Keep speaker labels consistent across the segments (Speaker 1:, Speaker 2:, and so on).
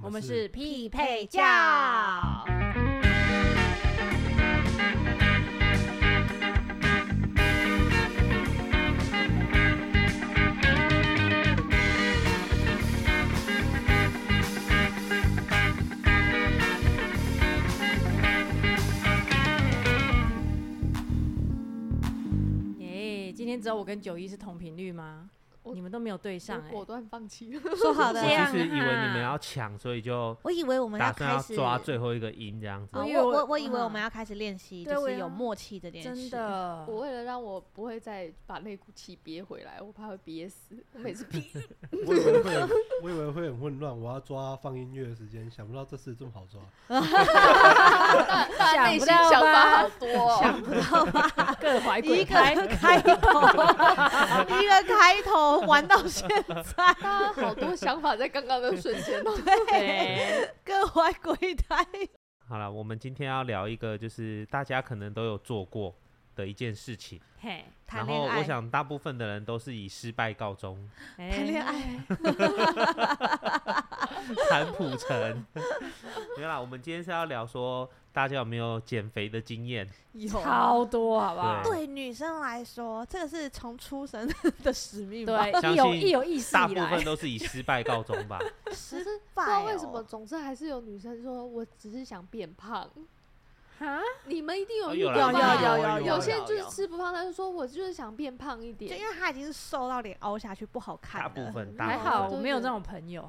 Speaker 1: 我们是
Speaker 2: 匹
Speaker 1: 匹
Speaker 2: 配
Speaker 1: 配
Speaker 2: 教
Speaker 1: 教。耶，哎今天只有我跟九一是同频率吗？
Speaker 2: 我
Speaker 1: 你们都没有对上
Speaker 2: 我
Speaker 1: 哎、
Speaker 2: 果断放弃。
Speaker 3: 哦
Speaker 1: 说好
Speaker 4: 我
Speaker 1: 的
Speaker 4: 其
Speaker 1: 呀，
Speaker 4: 实以为你们要抢，所以就
Speaker 3: 我以为我们
Speaker 4: 打
Speaker 3: 要
Speaker 4: 算
Speaker 3: 开
Speaker 4: 要
Speaker 3: 始
Speaker 4: 抓最后一个音这样子
Speaker 3: 啊。
Speaker 1: 我以为
Speaker 3: 我我
Speaker 1: 我
Speaker 3: 我以为我
Speaker 1: 嗯
Speaker 3: 们要开始练习，
Speaker 1: 对
Speaker 3: 就
Speaker 1: 我
Speaker 3: 是
Speaker 1: 要
Speaker 3: 有默契这件事。
Speaker 1: 真，的，
Speaker 2: 我为了让我不会再把那股气憋回来，我怕会憋死。我每次憋
Speaker 5: 我以为会很，我以为会很混乱，我要抓放音乐的时间，想不到这次这么好抓。
Speaker 2: 大大内
Speaker 1: 想不
Speaker 2: 心
Speaker 1: 到
Speaker 2: 想
Speaker 1: 吧
Speaker 2: 法好多、哦，
Speaker 1: 啊各怀
Speaker 3: 一
Speaker 1: 鬼
Speaker 3: 个
Speaker 1: 胎。
Speaker 3: 开头， 一个开头玩到现在，
Speaker 2: 大家好多想法在刚刚的瞬间哦。
Speaker 1: 对，
Speaker 3: 各怀鬼胎。
Speaker 4: 好了，我们今天要聊一个就是大家可能都有做过的一件事情，
Speaker 1: 嘿，
Speaker 4: 然
Speaker 3: 谈
Speaker 4: 后
Speaker 3: 恋
Speaker 4: 我
Speaker 3: 爱，
Speaker 4: 想大部分的人都是以失败告终，
Speaker 3: 谈
Speaker 1: 谈
Speaker 3: 恋爱，
Speaker 4: 谈普成。 没有啦，我们今天是要聊说大家有没有减肥的经 验？
Speaker 2: 有
Speaker 1: 超多，好不好？
Speaker 3: 对女生来说，这个是从出生的使命吧。
Speaker 1: 对，
Speaker 4: 相
Speaker 1: 一有
Speaker 4: 信
Speaker 1: 一有意识
Speaker 4: 大
Speaker 1: 以
Speaker 4: 部
Speaker 1: 来
Speaker 4: 分，都是以失败告终 吧。
Speaker 3: 失
Speaker 2: 是不知道
Speaker 3: 败
Speaker 2: 为什么，
Speaker 3: 哦
Speaker 2: 总是还是有女生说，我只是想变胖。
Speaker 1: 哈，
Speaker 2: 你们一定
Speaker 4: 哦
Speaker 2: 有遇
Speaker 4: 有
Speaker 2: 到
Speaker 4: 啦
Speaker 2: 吧？
Speaker 5: 有有有有
Speaker 2: 有些人
Speaker 3: 有
Speaker 2: 就是
Speaker 3: 有
Speaker 2: 吃不胖，但是说我就是想变胖一
Speaker 3: 就
Speaker 2: 点
Speaker 3: 因。为她已经是瘦到脸凹下去，不好看
Speaker 4: 大
Speaker 3: 了。
Speaker 4: 部分，大
Speaker 1: 还
Speaker 4: 部
Speaker 1: 好
Speaker 4: 分
Speaker 1: 我没有这种朋友。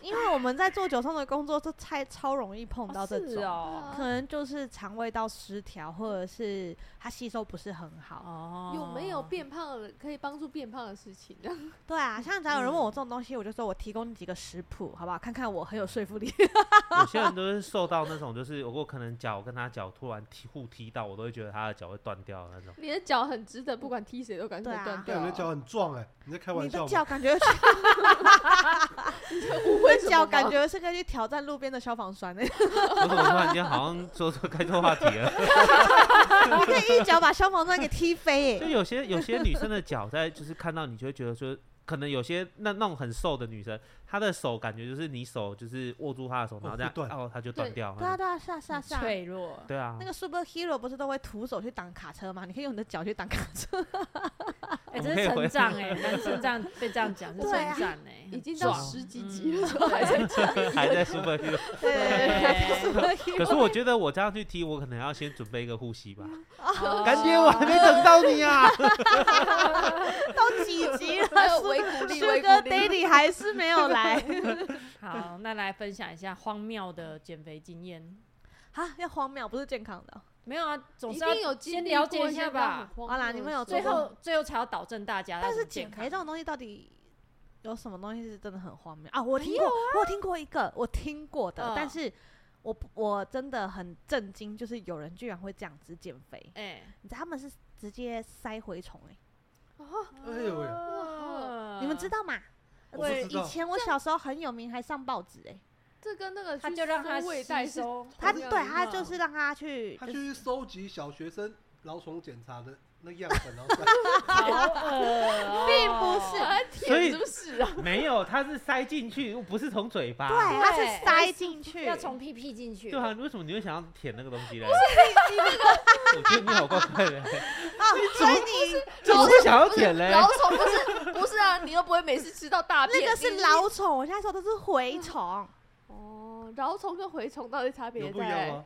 Speaker 3: 因为我们在做九通的工作，这太超容易碰到这
Speaker 1: 是
Speaker 3: 种，
Speaker 1: 哦，
Speaker 3: 可能就是肠胃道失调，或者是它吸收不是很好。
Speaker 1: 哦，
Speaker 2: 有没有？变胖的可以帮助变胖的事情？
Speaker 3: 对啊，像只要有人问我这种东西，我就说我提供你几个食谱，好不好？看看我很有说服力。
Speaker 4: 有些人都是受到那种，就是我可能脚跟他脚突然踢互踢到，我都会觉得他的脚会断掉的那种。
Speaker 2: 你的脚很直的，不管踢谁都感觉
Speaker 3: 对啊
Speaker 2: 断
Speaker 5: 对，
Speaker 2: 掉。
Speaker 5: 你的脚很壮哎、你在开玩
Speaker 3: 你
Speaker 5: 笑
Speaker 3: 的
Speaker 5: 吗？
Speaker 3: 脚感觉，
Speaker 2: 误
Speaker 3: 我
Speaker 2: 会
Speaker 3: 的 脚感觉是可以去挑战路边的消防栓的，欸你
Speaker 4: 我怎么突然间好像说说开错话题了？
Speaker 3: 可以一脚把消防栓给踢飞、
Speaker 4: 就
Speaker 3: 欸。
Speaker 4: 有些有些女生的脚在，就是看到你就会觉得说，可能有些那那种很瘦的女生，她的手感觉就是你手就是握住她的手，然后这样
Speaker 5: 会断
Speaker 4: 哦，她就断掉
Speaker 3: 对啊
Speaker 4: 了。
Speaker 3: 对啊，是啊是啊是啊。
Speaker 1: 脆弱，
Speaker 4: 对啊
Speaker 3: 那，个 Super Hero 不是都会徒手去挡卡车吗？你可以用你的脚去挡卡车。
Speaker 1: 哎，
Speaker 4: 我
Speaker 1: 这
Speaker 4: 可以
Speaker 1: 是成
Speaker 4: 回
Speaker 1: 长哎，男生这样被这样讲是成
Speaker 3: 对啊
Speaker 1: 长哎，
Speaker 2: 已经到
Speaker 1: 很
Speaker 2: 十几
Speaker 1: 嗯
Speaker 2: 集了，就还在讲。
Speaker 4: 还在 super
Speaker 3: 对 对对，Super
Speaker 4: 可
Speaker 3: Hero。
Speaker 4: 是我觉得我这样去踢，我可能要先准备一个护膝吧。
Speaker 1: 哦
Speaker 4: 感觉我还没等到你啊！
Speaker 3: 都几集 了
Speaker 2: 还有维 骨啊力，维
Speaker 3: ，Sugar
Speaker 2: 骨力。
Speaker 3: Daddy 还是没有 来
Speaker 1: 好，那来分享一下荒谬的减肥经验。
Speaker 3: 啊！要荒谬，不是健康的哦。
Speaker 1: 没有啊，总
Speaker 2: 一
Speaker 1: 是要
Speaker 2: 定有经
Speaker 1: 先
Speaker 2: 历
Speaker 1: 了
Speaker 2: 过
Speaker 1: 解一
Speaker 2: 一
Speaker 1: 下
Speaker 2: 些
Speaker 1: 吧。
Speaker 2: 让很荒
Speaker 3: 好啦
Speaker 2: 谬
Speaker 3: 你
Speaker 2: 的
Speaker 3: 们有
Speaker 2: 事
Speaker 3: 做
Speaker 1: 最
Speaker 3: 过
Speaker 2: 情
Speaker 1: 后，最后才要导正大家。
Speaker 3: 但
Speaker 1: 要
Speaker 3: 是
Speaker 1: 怎么
Speaker 3: 减
Speaker 1: 健
Speaker 3: 肥这
Speaker 1: 康
Speaker 3: 种东西到底有什么东西是真的很荒谬啊？我听过，我听过一个，我听过的，
Speaker 1: 嗯
Speaker 3: 但是我不我真的很震惊，就是有人居然会这样子减肥，
Speaker 1: 哎，
Speaker 3: 你知道他们是直接塞蛔虫哎、
Speaker 5: 哎呦喂，
Speaker 1: 哦
Speaker 3: 你们知道吗？
Speaker 5: 我不
Speaker 3: 而且
Speaker 5: 知道
Speaker 3: 以前我小时候很有名，还上报纸哎、
Speaker 2: 这跟那个
Speaker 1: 他
Speaker 2: 去
Speaker 1: 就让
Speaker 2: 搜
Speaker 1: 他
Speaker 2: 胃
Speaker 1: 吸
Speaker 2: 袋是
Speaker 1: 收，
Speaker 3: 他
Speaker 2: 同
Speaker 3: 对
Speaker 2: 样的
Speaker 3: 他
Speaker 2: 嘛
Speaker 3: 就是让他去，
Speaker 5: 他
Speaker 3: 就是
Speaker 5: 去收集小学生老虫检查的那样本，然后再
Speaker 1: 好恶哦
Speaker 3: 并不是
Speaker 2: 啊，
Speaker 4: 所
Speaker 2: 舔
Speaker 4: 以
Speaker 2: 是不是啊？
Speaker 4: 没有，它是塞进去，不是从嘴巴。
Speaker 3: 对，他
Speaker 1: 对
Speaker 3: 是塞进去，哦
Speaker 1: 要从屁屁进去。
Speaker 4: 对啊，为什么你会想要舔那个东西嘞？不是你那个，我觉得你好怪怪的，
Speaker 3: 啊，所以你
Speaker 4: 怎么会想要舔嘞？
Speaker 2: 老虫不是不是啊，你又不会每次吃到大便。
Speaker 3: 那个是
Speaker 2: 你
Speaker 3: 老虫，我现在说的是蛔虫。
Speaker 2: 哦，饶虫跟蛔虫到底差别
Speaker 5: 有不一
Speaker 2: 在
Speaker 5: 样？吗？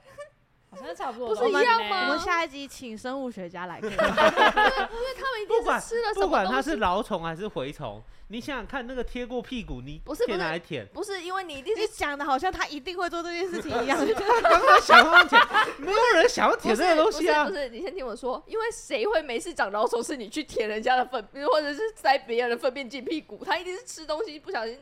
Speaker 1: 好像差不多
Speaker 2: 不
Speaker 1: 吧，
Speaker 2: 是一样吗
Speaker 3: 我们
Speaker 2: 啊
Speaker 3: 下一集请生物学家来看，
Speaker 2: 因为他们一
Speaker 4: 不
Speaker 2: 定
Speaker 4: 管
Speaker 2: 是吃了什
Speaker 4: 不
Speaker 2: 么
Speaker 4: 管
Speaker 2: 东
Speaker 4: 它是
Speaker 2: 西，
Speaker 4: 老虫还是蛔虫，你想想看，那个贴过屁股，你
Speaker 2: 不是
Speaker 4: 舔
Speaker 2: 不是
Speaker 4: 来舔，
Speaker 2: 不是因为你一定
Speaker 3: 你
Speaker 2: 是
Speaker 3: 讲的好像他一定会做这件事情一 样。
Speaker 4: 刚刚想要舔，没有人想要
Speaker 2: 不
Speaker 4: 舔
Speaker 2: 是
Speaker 4: 这个东西啊
Speaker 2: 不是，不。是，你先听我说，因为谁会没事长老鼠？是你去舔人家的粪，或者是塞别人的粪便进屁股，他一定是吃东西不小心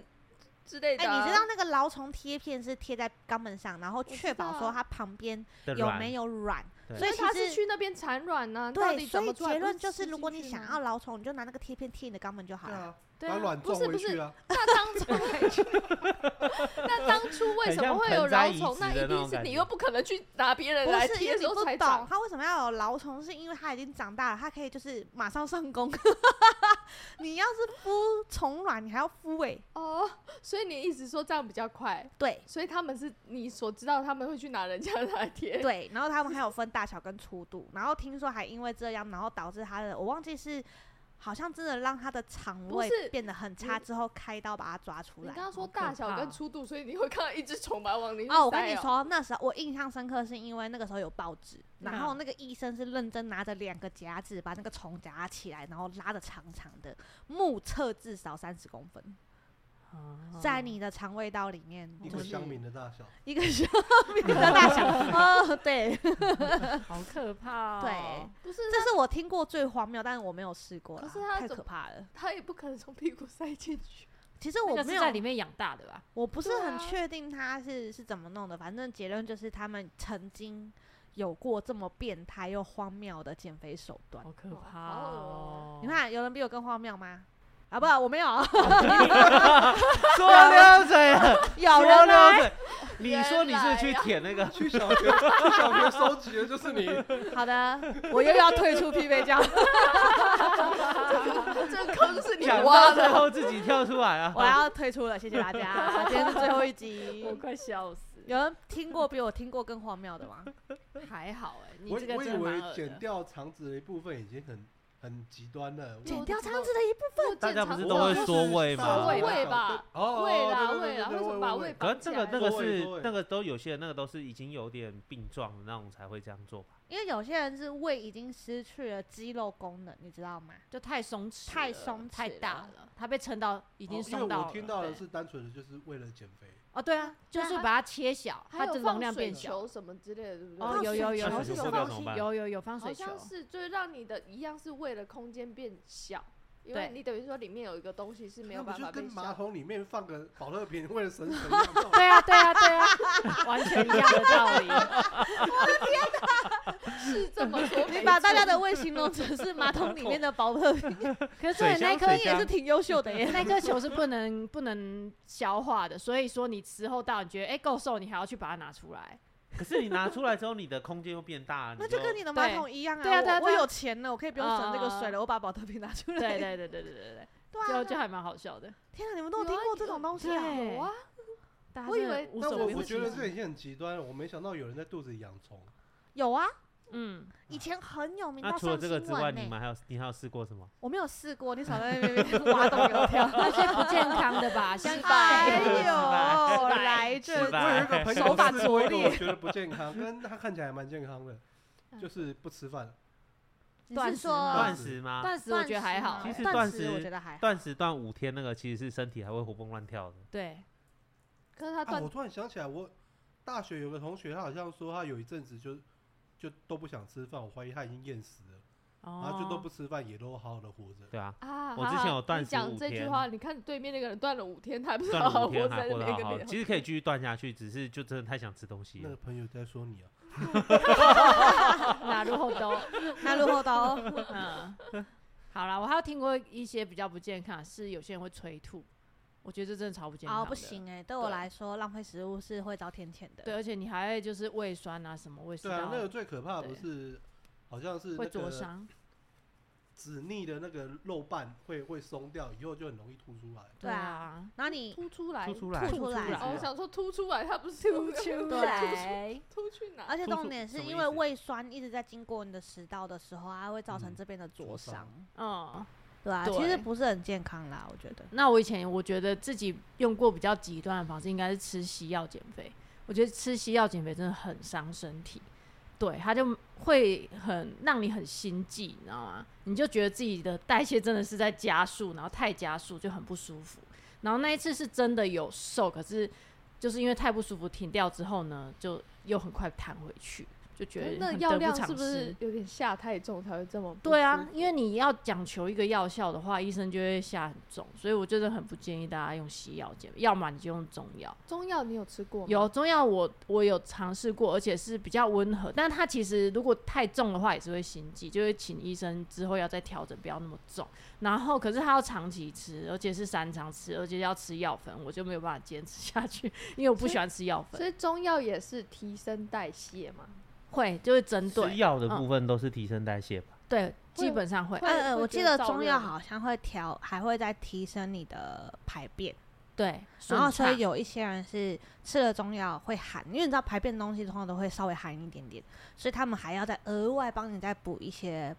Speaker 2: 之类的、
Speaker 3: 哎，
Speaker 2: 啊。
Speaker 3: 你知道那个蛲虫贴片是贴在肛门上，然后
Speaker 2: 知
Speaker 3: 确保
Speaker 2: 道
Speaker 3: 说它旁边
Speaker 4: 的
Speaker 3: 有
Speaker 4: 卵
Speaker 3: 没有卵，
Speaker 4: 对
Speaker 3: 所以
Speaker 2: 因为他
Speaker 3: 其
Speaker 2: 是
Speaker 3: 实。
Speaker 2: 去那边产卵呢、啊？到
Speaker 3: 对，
Speaker 2: 底
Speaker 3: 所
Speaker 2: 怎
Speaker 3: 以
Speaker 2: 么出来
Speaker 3: 结
Speaker 2: 不
Speaker 3: 论就是，
Speaker 2: 吃
Speaker 3: 如果
Speaker 2: 进
Speaker 3: 你
Speaker 2: 去
Speaker 3: 想
Speaker 2: 吗
Speaker 3: 要老虫，你就拿那个贴片贴你的肛门就好
Speaker 5: 对
Speaker 3: 了。
Speaker 5: 啊，
Speaker 2: 对
Speaker 5: 把
Speaker 2: 啊，
Speaker 5: 卵
Speaker 2: 不
Speaker 5: 撞
Speaker 2: 是
Speaker 5: 回
Speaker 2: 不是
Speaker 5: 去，啊，
Speaker 2: 那当初 那当初为什么会有老虫？那一定是你又不可能去拿别人
Speaker 3: 不
Speaker 2: 嗯来
Speaker 3: 是，因
Speaker 2: 贴
Speaker 3: 为
Speaker 2: 的
Speaker 3: 你
Speaker 2: 时
Speaker 3: 不
Speaker 2: 候才
Speaker 3: 懂
Speaker 2: 长。
Speaker 3: 它为什么要有蛲虫，是因为它已经长大了，它可以就是马上上工。 你要是孵虫卵，你还要孵尾、
Speaker 2: 哦，所以你一直说这样比较快，
Speaker 3: 对
Speaker 2: 所以他们是你所知道他们会去拿人家的来贴。
Speaker 3: 对，然后它们还有分大小跟粗度，然后听说还因为这样，然后导致它的我忘记是好像真的让它的肠
Speaker 2: 不
Speaker 3: 胃
Speaker 2: 是
Speaker 3: 变得很差，
Speaker 2: 你
Speaker 3: 之后开刀把它抓出
Speaker 2: 你
Speaker 3: 来。
Speaker 2: 刚刚说
Speaker 1: 好可
Speaker 2: 大小
Speaker 1: 怕
Speaker 2: 跟粗度，所以你会看到一只虫把它往里面塞、
Speaker 3: 哦，我跟你，说，那时候我印象深刻，是因为那个时候有报纸，然后
Speaker 1: 嗯
Speaker 3: 那个医生是认真拿着两个夹子把那个虫夹起来，然后拉的长长的，目测至少三十公分，
Speaker 2: 哦
Speaker 3: 在
Speaker 1: 哦
Speaker 3: 你的肠胃道里面，
Speaker 5: 一
Speaker 3: 就
Speaker 5: 个
Speaker 3: 是
Speaker 5: 香茗的大小，
Speaker 3: 一个小米的大 小。哦，对，
Speaker 1: 好可怕、
Speaker 3: 对
Speaker 1: 哦。
Speaker 2: 不是
Speaker 3: 这是我听过最荒谬，但是我没有试过啦，
Speaker 2: 可是它
Speaker 3: 太
Speaker 2: 怎
Speaker 3: 可怕了。
Speaker 2: 他也不可能从屁股塞进 去。
Speaker 3: 其实
Speaker 1: 那
Speaker 3: 我
Speaker 1: 个
Speaker 3: 没
Speaker 1: 是
Speaker 3: 有
Speaker 1: 在里面养大的吧？
Speaker 3: 我不是
Speaker 2: 对
Speaker 3: 很
Speaker 2: 啊
Speaker 3: 确定他是是怎么弄的，反正结论就是他们曾经有过这么变态又荒谬的减肥手段。
Speaker 1: 好可
Speaker 2: 哦
Speaker 1: 怕
Speaker 2: 好恶
Speaker 1: 哦！
Speaker 3: 你，看，有人比我更荒谬吗？啊，不，我没有，
Speaker 4: 说溜嘴 了，
Speaker 3: 有
Speaker 4: 说
Speaker 3: 人哦
Speaker 4: 溜
Speaker 3: 来。
Speaker 4: 嘴。你说你是去舔那个，
Speaker 5: 去小学去小学收集的就是你，
Speaker 3: 好的，我又要退出匹配教，
Speaker 2: 这个坑是你
Speaker 4: 讲
Speaker 2: 挖
Speaker 4: 到最
Speaker 2: 的，
Speaker 4: 后自己跳出来
Speaker 3: 我
Speaker 4: 啊！
Speaker 3: 要退出了，谢谢大家，今天是最后一
Speaker 1: 我
Speaker 3: 集。
Speaker 1: 快笑死。
Speaker 3: 有人听过比我听过更荒谬的吗？
Speaker 1: 还好
Speaker 2: 欸
Speaker 1: 哎、你
Speaker 5: 我
Speaker 1: 这个
Speaker 5: 我以
Speaker 1: 真的蛮
Speaker 5: 为
Speaker 1: 恶
Speaker 5: 剪
Speaker 1: 的。
Speaker 5: 掉肠子的一部分已经很很极端了，
Speaker 2: 剪
Speaker 3: 掉肠子的一部
Speaker 4: 大家
Speaker 2: 啊
Speaker 4: 不是都
Speaker 5: 我
Speaker 4: 会缩胃吗？
Speaker 2: 胃吧
Speaker 5: 哦，
Speaker 2: 胃啦
Speaker 5: 对对
Speaker 2: 胃啦，
Speaker 5: 对对
Speaker 2: 为
Speaker 5: 对
Speaker 2: 什么把
Speaker 5: 胃
Speaker 2: 胃
Speaker 5: 胃
Speaker 4: 可
Speaker 2: 绑
Speaker 4: 是这
Speaker 2: 起
Speaker 4: 个
Speaker 5: 多一多
Speaker 2: 来？
Speaker 4: 那个是
Speaker 5: 一
Speaker 4: 那个都有些人那个都是已经有点病状的那种才会这样做吧？
Speaker 3: 因为有些人是胃已经失去了肌肉功能，你知道吗？
Speaker 1: 就太松弛了，
Speaker 3: 太松弛
Speaker 1: 太大
Speaker 3: 了
Speaker 1: 了，它被撑到已经
Speaker 5: 哦
Speaker 1: 松到
Speaker 5: 因
Speaker 1: 了。
Speaker 5: 为我听到的
Speaker 1: 对
Speaker 5: 是单纯的就是为了减肥，
Speaker 1: 哦，对啊，就是把它切小，
Speaker 2: 还
Speaker 1: 它
Speaker 2: 有
Speaker 1: 的
Speaker 2: 放
Speaker 1: 容量
Speaker 2: 水
Speaker 1: 变小。
Speaker 2: 球什么之类的，对不对？
Speaker 1: 哦，有有有
Speaker 4: 那
Speaker 1: 有
Speaker 4: 水
Speaker 3: 是
Speaker 4: 球
Speaker 3: 什
Speaker 4: 破
Speaker 3: 么
Speaker 4: 掉
Speaker 3: 东
Speaker 4: 怎么
Speaker 3: 西
Speaker 4: 办？
Speaker 1: 有有有放
Speaker 2: 好
Speaker 1: 水球
Speaker 2: 像，是就是让你的一样是为了空间变小，因为
Speaker 1: 对
Speaker 2: 你等于说里面有一个东西是没有
Speaker 5: 那
Speaker 2: 办
Speaker 5: 不就
Speaker 2: 法
Speaker 5: 跟
Speaker 2: 变
Speaker 5: 马
Speaker 2: 小。
Speaker 5: 桶里面放个保乐瓶 为了省水一样吗
Speaker 1: 对啊对啊对啊，完全一样的道 理。
Speaker 2: 是这 么 说没
Speaker 3: 你把大家
Speaker 2: 错啊
Speaker 3: 的胃形容成是马桶里面的保乐瓶，
Speaker 1: 可是
Speaker 4: 水
Speaker 1: 对那
Speaker 4: 箱
Speaker 1: 颗
Speaker 4: 水
Speaker 3: 你也
Speaker 4: 箱
Speaker 3: 是挺优秀的耶。
Speaker 1: 那颗球是不能不能消化的，所以说你时候到，你觉得哎够瘦，你还要去把它拿出来。
Speaker 4: 可是你拿出来之后，你的空间又变大，
Speaker 3: 那
Speaker 4: 你
Speaker 3: 就
Speaker 4: 就
Speaker 3: 跟你的马
Speaker 1: 对
Speaker 3: 桶一样啊！
Speaker 1: 对啊对啊
Speaker 3: 我我
Speaker 1: 对啊
Speaker 3: 有钱了，我可以不用省这个水了，我把保特瓶拿出来。
Speaker 1: 对对对对对对
Speaker 3: 对
Speaker 1: 对，就
Speaker 3: 啊！
Speaker 1: 就还蛮好笑的。
Speaker 3: 天啊，你们都有
Speaker 2: 有啊
Speaker 3: 听过这种东西啊？
Speaker 1: 对
Speaker 2: 有啊，
Speaker 1: 大家
Speaker 2: 我以
Speaker 1: 真的
Speaker 2: 为
Speaker 1: 无
Speaker 5: 但
Speaker 1: 所
Speaker 5: 我
Speaker 1: 不
Speaker 5: 我觉得
Speaker 1: 其
Speaker 5: 这
Speaker 1: 极
Speaker 5: 已经很极端了，我没想到有人在肚子里养虫，
Speaker 3: 有啊，
Speaker 1: 嗯，
Speaker 3: 以前很有名
Speaker 4: 那
Speaker 3: 到
Speaker 4: 除了
Speaker 3: 上
Speaker 4: 这
Speaker 3: 新
Speaker 4: 个之外，
Speaker 3: 闻
Speaker 4: 你
Speaker 3: 呢。嗯
Speaker 4: 们还有你还有试过什么？
Speaker 3: 我没有试过，你少在那边 挖洞给我跳。
Speaker 1: 那些不健康的 吧，像
Speaker 3: 哎呦，
Speaker 4: 失败
Speaker 3: 来
Speaker 4: 失
Speaker 3: 这
Speaker 4: 败
Speaker 5: 我有一个朋
Speaker 3: 哎手法
Speaker 5: 友是
Speaker 3: 拙
Speaker 5: 我一个我
Speaker 3: 劣
Speaker 5: 觉得不健康，跟他看起来还蛮健康的，就是不吃饭。
Speaker 3: 你是说
Speaker 1: 啊
Speaker 4: 断食吗？
Speaker 1: 断食我觉得还好
Speaker 4: 其
Speaker 1: 欸，
Speaker 4: 实
Speaker 3: 断
Speaker 4: 断
Speaker 3: 食我
Speaker 4: 食
Speaker 3: 觉得 还好。
Speaker 4: 断食断五天，那个其实是身体还会活蹦乱跳的。
Speaker 1: 对，
Speaker 2: 可是他
Speaker 5: 啊，
Speaker 2: 断
Speaker 5: 我突然想起来，我大学有个同学，他好像说他有一阵子就就都不想吃饭，我怀疑他已经厌食了，
Speaker 1: 哦
Speaker 5: 然后就都 不吃饭，也都好好的活着。
Speaker 4: 对啊，
Speaker 2: 啊！
Speaker 4: 我
Speaker 2: 哈
Speaker 4: 之前
Speaker 2: 哈
Speaker 4: 有断
Speaker 2: 你
Speaker 4: 食
Speaker 2: 讲
Speaker 4: 五
Speaker 2: 这句
Speaker 4: 天
Speaker 2: 话，你看对面那个人断了五天，他还不是
Speaker 4: 断
Speaker 2: 好
Speaker 4: 了
Speaker 2: 好
Speaker 4: 五
Speaker 2: 哦活
Speaker 4: 天还
Speaker 2: 在那
Speaker 4: 活得
Speaker 2: 边
Speaker 4: 好
Speaker 2: 跟
Speaker 4: 好
Speaker 2: 别
Speaker 4: 的，
Speaker 2: 人
Speaker 4: 其实可以继续断下去，只是就真的太想吃东西
Speaker 5: 那个
Speaker 4: 了。
Speaker 5: 朋友在说你啊，
Speaker 1: 哪路后都，
Speaker 3: 那如后哦刀，
Speaker 1: 嗯， 好啦，我还有听过一些比较不健康，是有些人会催吐，我觉得这真的超不健康
Speaker 3: 哦
Speaker 1: 的。
Speaker 3: 不，行哎，对我来说浪费食物是会遭天谴的。
Speaker 1: 对，而且你还会就是胃酸啊什么胃食
Speaker 5: 对啊
Speaker 1: 道，
Speaker 5: 那个最可怕的不
Speaker 1: 对
Speaker 5: 是好像是那
Speaker 1: 会灼
Speaker 5: 个
Speaker 1: 伤。
Speaker 5: 脂腻的那个肉瓣会会松掉，以后就很容易吐出来。
Speaker 3: 对啊，然后你
Speaker 2: 凸出来
Speaker 4: 吐。出来
Speaker 3: 吐出来
Speaker 1: 啊
Speaker 2: 哦，我想说凸出来，他不是凸出
Speaker 3: 对，
Speaker 2: 凸去哪？
Speaker 3: 而且
Speaker 4: 突出
Speaker 3: 重点是
Speaker 4: 什
Speaker 3: 因
Speaker 4: 么意
Speaker 3: 为
Speaker 4: 思
Speaker 3: 胃酸一直在经过你的食道的时候，它会造成
Speaker 5: 嗯
Speaker 3: 这边的灼
Speaker 5: 灼
Speaker 3: 伤
Speaker 5: 伤，
Speaker 1: 嗯，
Speaker 3: 对啊，其实
Speaker 1: 对
Speaker 3: 不是很健康啦，我觉得。
Speaker 1: 那我以前我觉得自己用过比较极端的方式，应该是吃西药减肥。我觉得吃西药减肥真的很伤身体，对，它就会很让你很心悸，你知道吗？你就觉得自己的代谢真的是在加速，然后太加速就很不舒服。然后那一次是真的有瘦，可是就是因为太不舒服停掉之后呢，就又很快弹回去，就觉得
Speaker 2: 那
Speaker 1: 很
Speaker 2: 药
Speaker 1: 得不
Speaker 2: 量
Speaker 1: 偿
Speaker 2: 是不
Speaker 1: 失
Speaker 2: 是有点下太重才会这么？
Speaker 1: 对啊，，因为你要讲求一个药效的话，医生就会下很重，所以我真的很不建议大家用西药减肥，要么你就用中药。
Speaker 2: 中药你有吃过吗？
Speaker 1: 有中药我我有尝试过，而且是比较温和，但它其实如果太重的话也是会心悸，就会请医生之后要再调整，不要那么重。然后可是它要长期吃，而且是三餐吃，而且要吃药粉，我就没有办法坚持下去，因为我不
Speaker 2: 所以
Speaker 1: 喜欢吃药
Speaker 2: 所
Speaker 1: 粉，
Speaker 2: 以中药也是提升代谢 嘛。
Speaker 1: 会就会针
Speaker 4: 吃
Speaker 1: 对
Speaker 4: 药的
Speaker 1: 嗯
Speaker 4: 部分都是提升代谢吧？
Speaker 1: 对，基
Speaker 2: 会
Speaker 1: 本上会
Speaker 2: 会
Speaker 3: 呃，
Speaker 2: 会
Speaker 3: 我
Speaker 2: 觉
Speaker 3: 记
Speaker 2: 得
Speaker 3: 得
Speaker 2: 燥
Speaker 3: 中
Speaker 2: 热
Speaker 3: 药
Speaker 2: 吗
Speaker 3: 好像会调，还会再提升你的排便。
Speaker 1: 对，
Speaker 3: 然后
Speaker 1: 顺
Speaker 3: 所以
Speaker 1: 畅
Speaker 3: 有一些人是吃了中药会寒，因为你知道排便的东西通常都会稍微寒一点点，所以他们还要再额外帮你再补一些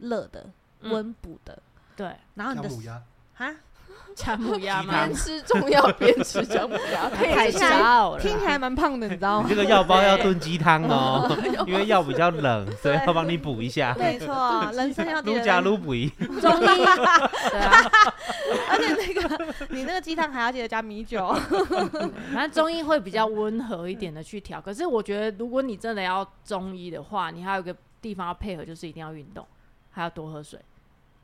Speaker 3: 热的、
Speaker 1: 嗯
Speaker 3: 温补的。
Speaker 1: 对
Speaker 3: 然后你
Speaker 5: 姜
Speaker 3: 的
Speaker 5: 母鸭，
Speaker 3: 啊，
Speaker 1: 姜母鸭
Speaker 4: 鸡
Speaker 1: 吗
Speaker 4: 汤
Speaker 2: 边？吃中 药边吃姜母鸭，
Speaker 3: 太
Speaker 2: 配着
Speaker 3: 香
Speaker 2: 吃
Speaker 1: 了，
Speaker 3: 听起来蛮胖的，你知道
Speaker 2: 嗯
Speaker 4: 你
Speaker 3: 吗？
Speaker 4: 这个药包要炖鸡汤 哦，因为药比较冷，所以要帮你补一下。
Speaker 3: 没错，人生要
Speaker 4: 撸
Speaker 3: 点
Speaker 4: 加撸补一，
Speaker 1: 中医，对啊，
Speaker 3: 而且那个你那个鸡汤还要记得加米酒。
Speaker 1: 反正中医会比较温和一点的去调。可是我觉得，如果你真的要中医的话，你还有一个地方要配合，就是一定要运动，还要多喝水。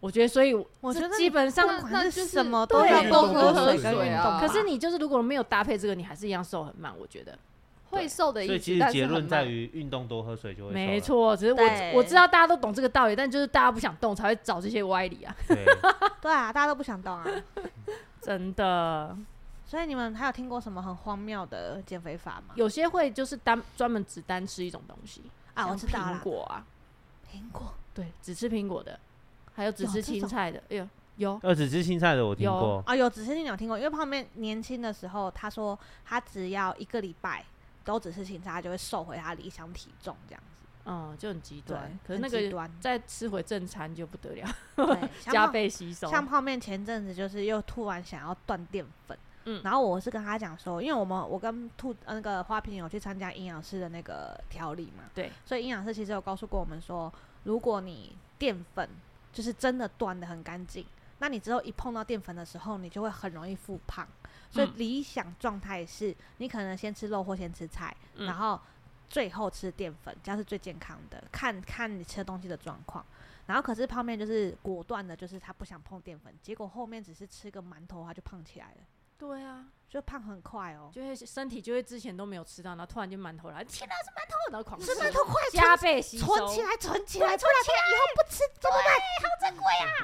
Speaker 1: 我觉得，所以
Speaker 3: 我
Speaker 1: 这
Speaker 3: 觉得
Speaker 1: 基
Speaker 3: 你
Speaker 1: 本上
Speaker 2: 那
Speaker 3: 不管
Speaker 2: 就是是
Speaker 3: 什么都
Speaker 2: 对
Speaker 3: 要
Speaker 5: 运
Speaker 3: 多
Speaker 5: 动多
Speaker 3: 喝水
Speaker 5: 喝
Speaker 3: 跟
Speaker 5: 水
Speaker 3: 运动。
Speaker 2: 啊
Speaker 1: 可 是你就是如果没有搭配这个，你还是一样瘦很慢。我觉得
Speaker 2: 会瘦的
Speaker 4: 所以
Speaker 2: 一
Speaker 4: 其
Speaker 2: 句，
Speaker 4: 实
Speaker 2: 但
Speaker 4: 结
Speaker 2: 是
Speaker 4: 论
Speaker 2: 很
Speaker 4: 在
Speaker 2: 慢。
Speaker 4: 于运动多喝水就会瘦了
Speaker 1: 没，错，只是
Speaker 3: 对
Speaker 1: 我我知道大家都懂这个道理，但就是大家不想动，才会找这些歪理啊！
Speaker 4: 对，
Speaker 3: 对啊，大家都不想动啊。
Speaker 1: 真的，
Speaker 3: 所以你们还有听过什么很荒谬的减肥法吗？
Speaker 1: 有些会就是单专门只单吃一种东西
Speaker 3: 啊，我
Speaker 1: 像
Speaker 3: 知道
Speaker 1: 苹
Speaker 3: 啦，
Speaker 1: 果啊，
Speaker 3: 苹果。
Speaker 1: 对，只吃苹果的，还有只
Speaker 3: 有啊
Speaker 1: 吃
Speaker 3: 这
Speaker 1: 青
Speaker 3: 种
Speaker 1: 菜的，哎呦，有
Speaker 4: 二子吃青菜的我听过，
Speaker 3: 啊，有，只是你有听过，因为泡面年轻的时候，他说他只要一个礼拜都只吃青菜，他就会瘦回他理想体重这样子。
Speaker 1: 嗯，就很极
Speaker 3: 对
Speaker 1: 端。，可是
Speaker 3: 很
Speaker 1: 那
Speaker 3: 极
Speaker 1: 个
Speaker 3: 端，
Speaker 1: 再吃回正餐就不得了，
Speaker 3: 对，像
Speaker 1: 加
Speaker 3: 泡。
Speaker 1: 倍吸收。
Speaker 3: 像泡面前阵子就是又突然想要断淀粉，
Speaker 1: 嗯
Speaker 3: 然后我是跟他讲说，因为我们我跟兔呃那个花瓶有去参加营养师的那个调理嘛，
Speaker 1: 对，
Speaker 3: 所以营养师其实有告诉过我们说，如果你淀粉就是真的断的很干净，那你之后一碰到淀粉的时候，你就会很容易复胖。所以
Speaker 1: 嗯
Speaker 3: 理想状态是你可能先吃肉或先吃菜，
Speaker 1: 嗯
Speaker 3: 然后最后吃淀粉，这样是最健康的。看看你吃的东西的状况。然后可是泡面就是果断的，就是他不想碰淀粉，结果后面只是吃个馒头他就胖起来了，
Speaker 1: 对啊，
Speaker 3: 就胖很快哦。
Speaker 1: 就会身体就会之前都没有吃到，然后突然就馒头来，天哪，是馒头，然后狂吃
Speaker 3: 吃馒头快
Speaker 1: 加
Speaker 3: 存
Speaker 1: 倍吸收。
Speaker 3: 存起来，存起来，不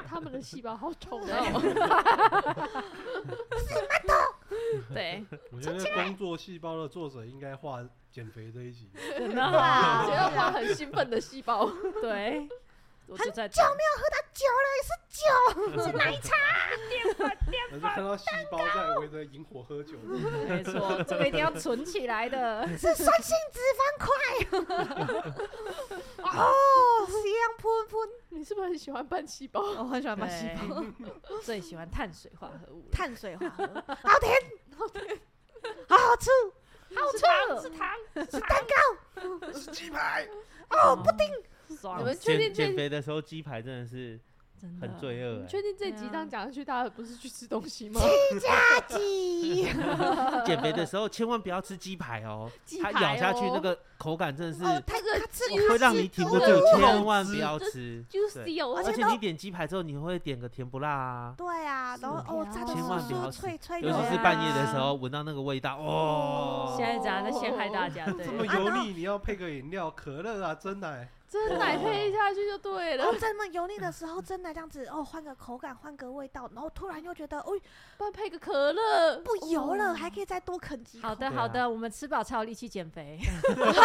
Speaker 3: 然不然以后不吃怎么办？
Speaker 2: 他们的细胞好丑哦，
Speaker 1: 对，
Speaker 5: 我觉得工作细胞的作者应该画减肥这一集，
Speaker 1: 真
Speaker 3: 对
Speaker 1: 的，
Speaker 3: 啊
Speaker 2: 只要画很兴奋的细胞，
Speaker 1: 对，我就在
Speaker 3: 久没有喝到酒了，也是酒。
Speaker 5: 那就看到细胞在围着萤火 喝酒。
Speaker 1: 没错， 这个一定要存起来的。
Speaker 3: 是酸性脂肪块。 哦，香喷喷。
Speaker 2: 你是不是很喜欢扮细胞？
Speaker 3: 我很喜欢
Speaker 1: 对， 最喜欢碳水化合物了，
Speaker 3: 碳水化合物，好甜，好好吃。
Speaker 1: 好啊吃，
Speaker 2: 糖，
Speaker 5: 鸡排，
Speaker 1: 哦，布丁，
Speaker 2: 你
Speaker 1: 爽
Speaker 2: 们，确
Speaker 4: 减
Speaker 2: 定
Speaker 4: 哦减
Speaker 2: 这？
Speaker 4: 肥的时候鸡排真的是
Speaker 1: 真的
Speaker 4: 很罪恶
Speaker 2: 你嗯
Speaker 4: 欸
Speaker 2: 确。定这集
Speaker 1: 啊
Speaker 2: 这样讲下去，大家不是去吃东西 吗？
Speaker 3: 阿基，
Speaker 4: 啊减肥的时候千万不要吃鸡排哦
Speaker 2: 鸡，
Speaker 4: 它
Speaker 2: 排
Speaker 4: 咬下去
Speaker 2: 哦
Speaker 4: 那个口感真的是
Speaker 3: 哦，
Speaker 2: 这
Speaker 3: 太
Speaker 2: 个
Speaker 3: 可 吃
Speaker 2: 这
Speaker 3: 了。
Speaker 2: 个
Speaker 4: 会让你挺不住，千万不 要吃。对
Speaker 2: juicy
Speaker 3: 而
Speaker 2: 哦
Speaker 3: 且，
Speaker 4: 而且你点鸡排之后，你会点个甜不辣啊，
Speaker 3: 对啊，然后哦，炸的
Speaker 4: 千万不要
Speaker 3: 酥酥
Speaker 4: 吃
Speaker 3: 脆脆
Speaker 4: 尤
Speaker 3: 的
Speaker 4: 其是
Speaker 1: 对啊
Speaker 4: 半夜的时候闻到那个味道，哦，
Speaker 1: 现在这样在陷害大
Speaker 3: 哦
Speaker 1: 家，
Speaker 5: 这么
Speaker 1: 对，
Speaker 5: 油腻，你要配个饮料，可乐啊，真奶。
Speaker 2: 真奶配下去就对了
Speaker 3: 哦，，这么油腻的时候，真的这样子哦，换个口感，换个味道，然后突然又觉得，哦，
Speaker 2: 不然配个可乐，哦
Speaker 3: 不油
Speaker 4: 哦
Speaker 3: 了， 还可以再多啃几口。
Speaker 1: 好的
Speaker 4: 对
Speaker 1: 好
Speaker 4: 啊
Speaker 1: 的，我们吃饱才有力气减肥。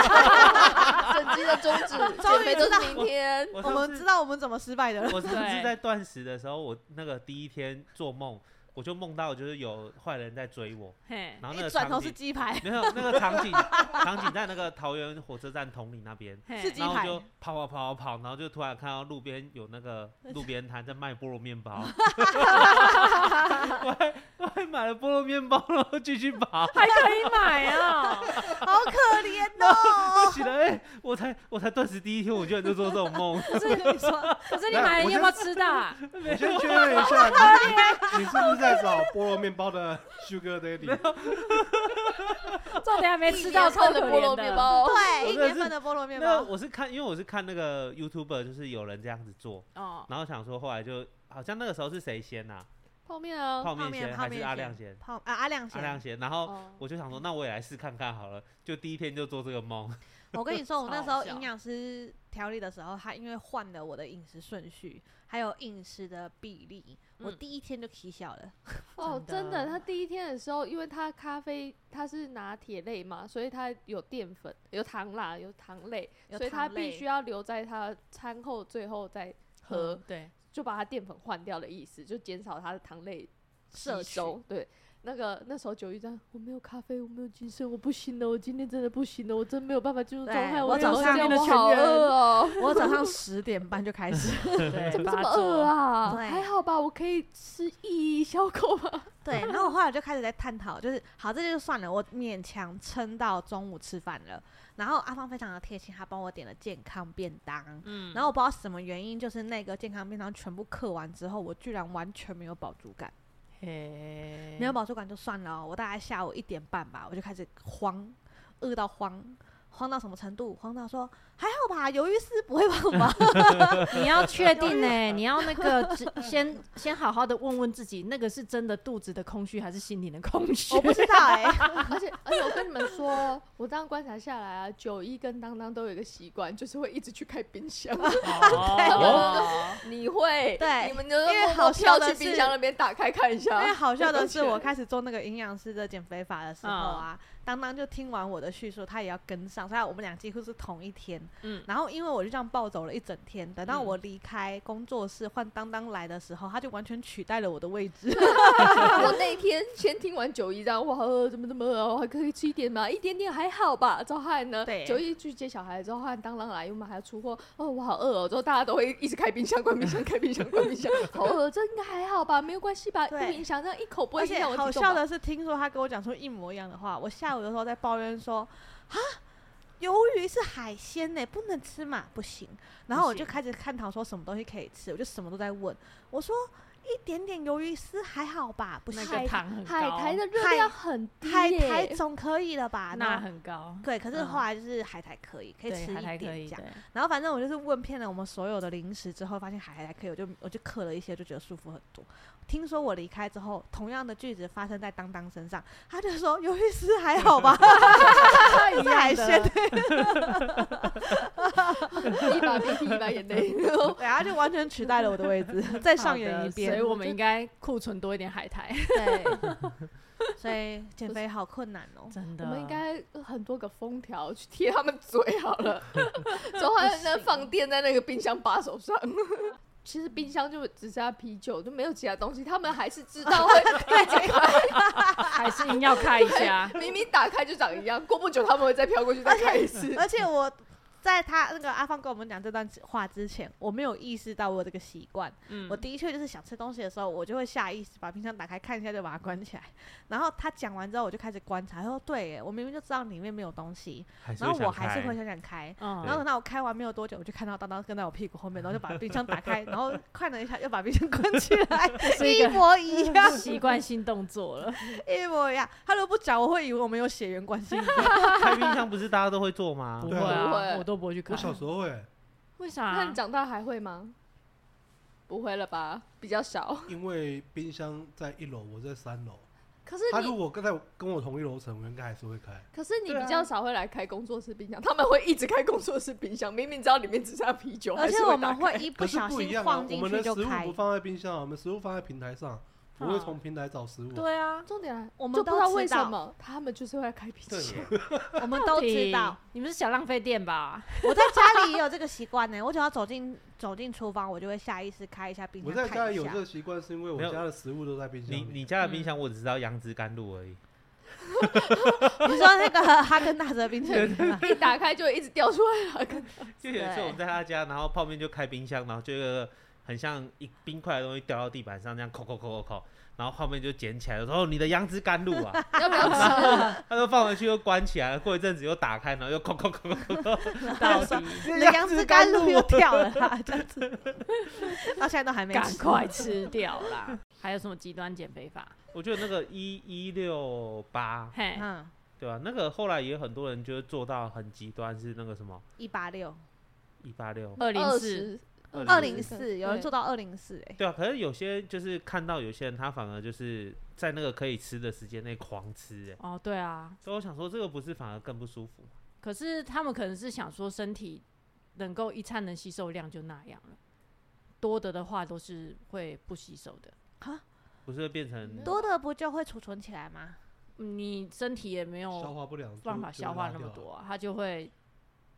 Speaker 2: 整集的宗旨，
Speaker 3: 终
Speaker 2: 减
Speaker 3: 于
Speaker 2: 肥都
Speaker 3: 知道
Speaker 2: 是明天。
Speaker 4: 我
Speaker 3: 我
Speaker 4: 上
Speaker 3: 们知
Speaker 4: 次
Speaker 3: 道我们怎么失败的了。
Speaker 4: 我上
Speaker 1: 对
Speaker 4: 次在断食的时候，我那个第一天做梦，我就梦到就是有坏人在追我，
Speaker 1: 嘿，
Speaker 4: 然后那
Speaker 3: 一
Speaker 4: 个
Speaker 3: 转
Speaker 4: 场
Speaker 3: 头是
Speaker 4: 景
Speaker 3: 鸡排，
Speaker 4: 没有那个场景场景在那个桃园火车站统领那边，
Speaker 1: 嘿，
Speaker 3: 是鸡
Speaker 4: 然后
Speaker 3: 排
Speaker 4: 就跑跑跑跑跑，然后就突然看到路边有 那个路边摊在卖菠萝面包，我还我还买买了菠萝面包，然后继续 拔
Speaker 1: 还可以买啊！
Speaker 3: 好可怜哦。
Speaker 4: 我起来，哎我才我才断食第一天，我居然就做这种梦，
Speaker 1: 可是你说，可是你买了你有没有吃到啊？
Speaker 5: 我先确认一下，你你是不是在找菠萝面包 的 Sugar Daddy？
Speaker 1: 重点还没吃到，
Speaker 2: 一年
Speaker 1: 超
Speaker 2: 份
Speaker 1: 可
Speaker 2: 的菠
Speaker 1: 怜
Speaker 2: 萝面。包，
Speaker 3: 对，一
Speaker 4: 真的
Speaker 3: 年
Speaker 4: 是
Speaker 3: 份的菠萝面
Speaker 4: 那
Speaker 3: 包，
Speaker 4: 我是看，因为我是看那个 YouTuber，就是有人这样子做，
Speaker 1: 哦，
Speaker 4: 然后想说后来就好像那个时候是谁先呐、
Speaker 2: 泡面啊，
Speaker 4: 泡面先
Speaker 3: 哦泡
Speaker 4: 还
Speaker 3: 面
Speaker 4: 是
Speaker 3: 先
Speaker 4: 阿亮先？
Speaker 3: 泡啊阿亮
Speaker 4: 阿亮
Speaker 3: 先，
Speaker 4: 先，然后
Speaker 2: 哦
Speaker 4: 我就想说，那我也来试看看好了，就第一天就做这个梦，
Speaker 3: 我跟你说，我那时候
Speaker 1: 超好笑
Speaker 3: 营养师调理的时候，他因为换了我的饮食顺序，还有饮食的比例，我
Speaker 1: 嗯
Speaker 3: 第一天就起小了。
Speaker 2: 哦，
Speaker 1: 真
Speaker 2: 真
Speaker 1: 的
Speaker 2: 的，他第一天的时候，因为他咖啡他是拿铁类嘛，所以他有淀粉、有糖啦、有糖类，
Speaker 3: 有
Speaker 2: 所以他
Speaker 3: 糖类
Speaker 2: 必须要留在他餐后最后再喝，
Speaker 1: 嗯对，
Speaker 2: 就把他淀粉换掉的意思，就减少他的糖类
Speaker 3: 摄
Speaker 2: 吸收。对，那个那时候九一这样，我没有咖啡，我没有精神，我不行了，我今天真的不行了，我真没有办法进入状
Speaker 3: 对
Speaker 2: 态，
Speaker 3: 我
Speaker 2: 早
Speaker 3: 早
Speaker 2: 上
Speaker 3: 上
Speaker 2: 我
Speaker 3: 的全
Speaker 2: 好
Speaker 3: 员
Speaker 2: 饿哦。
Speaker 3: 我早上十点半就开始，
Speaker 1: 对，
Speaker 2: 怎么这
Speaker 1: 把
Speaker 2: 么
Speaker 1: 它
Speaker 2: 饿
Speaker 1: 做
Speaker 2: 啊？
Speaker 3: 对
Speaker 2: 还好吧，我可以吃一小口吧。
Speaker 3: 对，然后我后来就开始在探讨，就是好，这就算了，我勉强撑到中午吃饭了。然后阿芳非常的贴心，他帮我点了健康便当。
Speaker 1: 嗯，
Speaker 3: 然后我不知道什么原因，就是那个健康便当全部嗑完之后，我居然完全没有饱足感。
Speaker 1: 嘿
Speaker 3: 没有饱足感就算了哦，我大概下午一点半吧，我就开始慌，饿到慌，慌到什么程度？慌到说还好吧，鱿鱼丝不会胖吧？
Speaker 1: 你要确定呢、你要那个只先先好好的问问自己，那个是真的肚子的空虚还是心灵的空虚？
Speaker 3: 我不知道哎、
Speaker 2: 而且而且我跟你们说，我这样观察下来啊，九一跟当当都有一个习惯，就是会一直去开冰箱。
Speaker 1: 哦，
Speaker 2: 你会？
Speaker 3: 对
Speaker 2: 你们就是
Speaker 3: 因为
Speaker 2: 默默
Speaker 3: 好笑
Speaker 2: 跳
Speaker 3: 的
Speaker 2: 去
Speaker 3: 是
Speaker 2: 冰箱那边打开看一
Speaker 3: 因为
Speaker 2: 下。
Speaker 3: 好笑的是， 我开始做那个营养师的减肥法的时候啊，当当就听完我的叙述，他也要跟上，所以我们俩几乎是同一天。
Speaker 1: 嗯
Speaker 3: 然后因为我就这样暴走了一整天，等到
Speaker 1: 嗯
Speaker 3: 我离开工作室换当当来的时候，他就完全取代了我的位置。
Speaker 2: 我那天先听完九一这样，哇，呃怎么怎么饿啊，我还可以吃一点嘛，一点点还好吧。赵汉呢
Speaker 3: 对？
Speaker 2: 九一去接小孩，赵汉当然来，因为我们还要出货。哦，我好饿哦。之后大家都会一直开冰箱、关冰箱、开冰箱、关 冰箱，好饿，这应该还好吧？没有关系吧？不
Speaker 3: 对
Speaker 2: 影响，这样一口不会
Speaker 3: 而
Speaker 2: 影
Speaker 3: 且
Speaker 2: 响我
Speaker 3: 好
Speaker 2: 体重
Speaker 3: 笑
Speaker 2: 吧。
Speaker 3: 的是，听说他跟我讲出一模一样的话。我下午的时候在抱怨说：“啊，鱿鱼是海鲜呢、不能吃嘛，不行。”然后我就
Speaker 1: 不行
Speaker 3: 开始探讨说什么东西可以吃，我就什么都在问。我说：“一点点鱿鱼丝还好吧，不
Speaker 1: 那
Speaker 3: 行，
Speaker 1: 个糖很高，
Speaker 2: 海苔的热
Speaker 3: 海
Speaker 2: 量很低
Speaker 3: 海
Speaker 2: 耶
Speaker 3: 苔总可以了吧？”
Speaker 1: 钠
Speaker 3: 那
Speaker 1: 很高，
Speaker 3: 对，可是
Speaker 1: 嗯
Speaker 3: 后来就是海苔可以，可以
Speaker 1: 对，
Speaker 3: 吃
Speaker 1: 海苔
Speaker 3: 一
Speaker 1: 可
Speaker 3: 点
Speaker 1: 以
Speaker 3: 这样。
Speaker 1: 对
Speaker 3: 然后反正我就是问遍了我们所有的零食之后，发现海苔可以，我就我就嗑了一些，就觉得舒服很多。听说我离开之后，同样的句子发生在当当身上，他就说鱿鱼丝还好 吧，是海鲜，
Speaker 2: 一把鼻涕一把眼 泪。然后
Speaker 3: 对，他就完全取代了我的位 置，再上演一遍。
Speaker 1: 所以我们应该库存多一点海苔，
Speaker 3: 对，所以减肥好困难 哦。
Speaker 1: 真
Speaker 2: 我
Speaker 1: 的。
Speaker 2: 们应该很多个封条去贴他们嘴好 了，然后还那放电在那个冰箱把 手上。其实冰箱就只剩下啤酒，就没有其他东西。他们还是知 道会一直开，，
Speaker 1: 还是硬要开一下
Speaker 2: 明明打开就长一样，过不久他们会再飘过去再开一 次。
Speaker 3: 而且我在他那个阿芳跟我们讲这段话之前，我没有意识到我有这个习惯。
Speaker 1: 嗯
Speaker 3: 我的确就是想吃东西的时候，我就会下意识把冰箱打开看一下，就把它关起来。然后他讲完之后，我就开始观察，他说：“对耶，我明明就知道里面没有东西，
Speaker 4: 还是
Speaker 3: 然
Speaker 4: 会
Speaker 3: 后我
Speaker 4: 想
Speaker 3: 还是
Speaker 4: 开
Speaker 3: 会想想开。”
Speaker 1: 嗯
Speaker 3: 然后等到我开完没有多久，我就看到当当跟在我屁股后面，然后就把冰箱打 开，然后看了一下，又把冰箱关起来，
Speaker 1: 是一
Speaker 3: 一
Speaker 1: 个
Speaker 3: 模 一样，
Speaker 1: 习惯性动作了，
Speaker 3: 一模一样。他如果不讲，我会以为我们有血缘关系。
Speaker 4: 开冰箱不是大家都会做吗
Speaker 1: 不？
Speaker 5: 对
Speaker 1: 会
Speaker 5: 啊
Speaker 2: 不会
Speaker 1: 啊，我都不会去看
Speaker 5: 我。小时候哎，
Speaker 1: 为啥
Speaker 2: 那
Speaker 1: 啊
Speaker 2: 你？长大还会吗？不会了吧，比较少。
Speaker 5: 因为冰箱在一楼，我在三楼。
Speaker 2: 可是
Speaker 5: 他如
Speaker 2: 你，
Speaker 5: 果跟在跟我同一楼层，我应该还是会开。
Speaker 2: 可是你
Speaker 5: 对啊
Speaker 2: 比较少会来开工作室冰箱，他们会一直开工作室冰箱，明明知道里面只剩下啤酒，
Speaker 3: 而
Speaker 2: 还
Speaker 3: 且
Speaker 2: 是
Speaker 3: 我
Speaker 2: 打
Speaker 3: 们
Speaker 2: 开
Speaker 3: 会一不
Speaker 5: 可是
Speaker 3: 小
Speaker 5: 不一
Speaker 3: 心
Speaker 5: 样啊，
Speaker 3: 晃
Speaker 5: 我
Speaker 3: 进
Speaker 5: 们
Speaker 3: 去
Speaker 5: 的
Speaker 3: 就
Speaker 5: 食物
Speaker 3: 开嗯
Speaker 5: 不。放在冰箱啊，我们食物放在平台上，不会
Speaker 1: 啊
Speaker 5: 从平台找食物啊。
Speaker 3: 对啊，
Speaker 2: 重点来，
Speaker 3: 我们
Speaker 2: 就不
Speaker 3: 都
Speaker 2: 知道
Speaker 3: 知
Speaker 2: 为
Speaker 3: 道
Speaker 2: 什么他们就是会开啤
Speaker 5: 对
Speaker 2: 酒。
Speaker 3: 我们都知道。，
Speaker 1: 你们是小浪费店吧？
Speaker 3: 我在家里也有这个习惯呢，我只要走进走进厨房，我就会下意识开一下冰
Speaker 5: 我
Speaker 3: 箱
Speaker 5: 在家
Speaker 3: 看
Speaker 5: 里
Speaker 3: 一
Speaker 5: 有
Speaker 3: 下
Speaker 5: 这。个习惯，是因为我
Speaker 4: 没有
Speaker 5: 家的食物都在冰箱
Speaker 4: 你
Speaker 5: 里。
Speaker 4: 你家的冰箱我只知道杨枝甘露而已，
Speaker 3: 你说那个哈根达斯的冰淇淋吗？
Speaker 2: 一打开就一直掉出来 了，
Speaker 4: 就有一次
Speaker 3: 对
Speaker 4: 我们在他家，然后泡面就开冰箱，然后就有一个很像一冰块的东西掉到地板上，这样扣扣扣扣扣，然后后面就捡起来了，说哦你的杨枝甘露啊，
Speaker 2: 要不要吃？
Speaker 4: 他就放回去又关起来，过一阵子又打开，然后又扣扣扣扣扣，
Speaker 1: 到底
Speaker 3: 你的杨枝甘露又掉了啦，这样子，到现在都还没
Speaker 1: 赶
Speaker 3: 吃
Speaker 1: 快吃掉啦！还有什么极端减肥法？
Speaker 4: 我觉得那个一一六八，
Speaker 1: 嘿，
Speaker 3: 嗯，
Speaker 4: 对啊吧、那个后来也很多人就是做到很极端，是那个什么
Speaker 3: 一八六
Speaker 4: 一八六
Speaker 1: 二零
Speaker 2: 二
Speaker 1: 四，
Speaker 2: 十
Speaker 3: 二
Speaker 2: 零
Speaker 3: 零
Speaker 2: 四
Speaker 3: 四，有人做到二零四，哎，
Speaker 4: 对啊，可是有些就是看到有些人他反而就是在那个可以吃的时间内狂吃、哎，
Speaker 1: 哦，对啊，
Speaker 4: 所以我想说这个不是反而更不舒服吗？
Speaker 1: 可是他们可能是想说身体能够一餐能吸收量就那样了，多的的话都是会不吸收的。
Speaker 4: 不是会变成
Speaker 3: 多的不就会储存起来吗？
Speaker 1: 嗯你身体也没
Speaker 5: 消
Speaker 1: 有
Speaker 5: 化不良就，
Speaker 1: 办法
Speaker 5: 就
Speaker 1: 消化
Speaker 5: 拉
Speaker 1: 那
Speaker 5: 掉
Speaker 1: 么
Speaker 5: 了
Speaker 1: 多、啊，它就会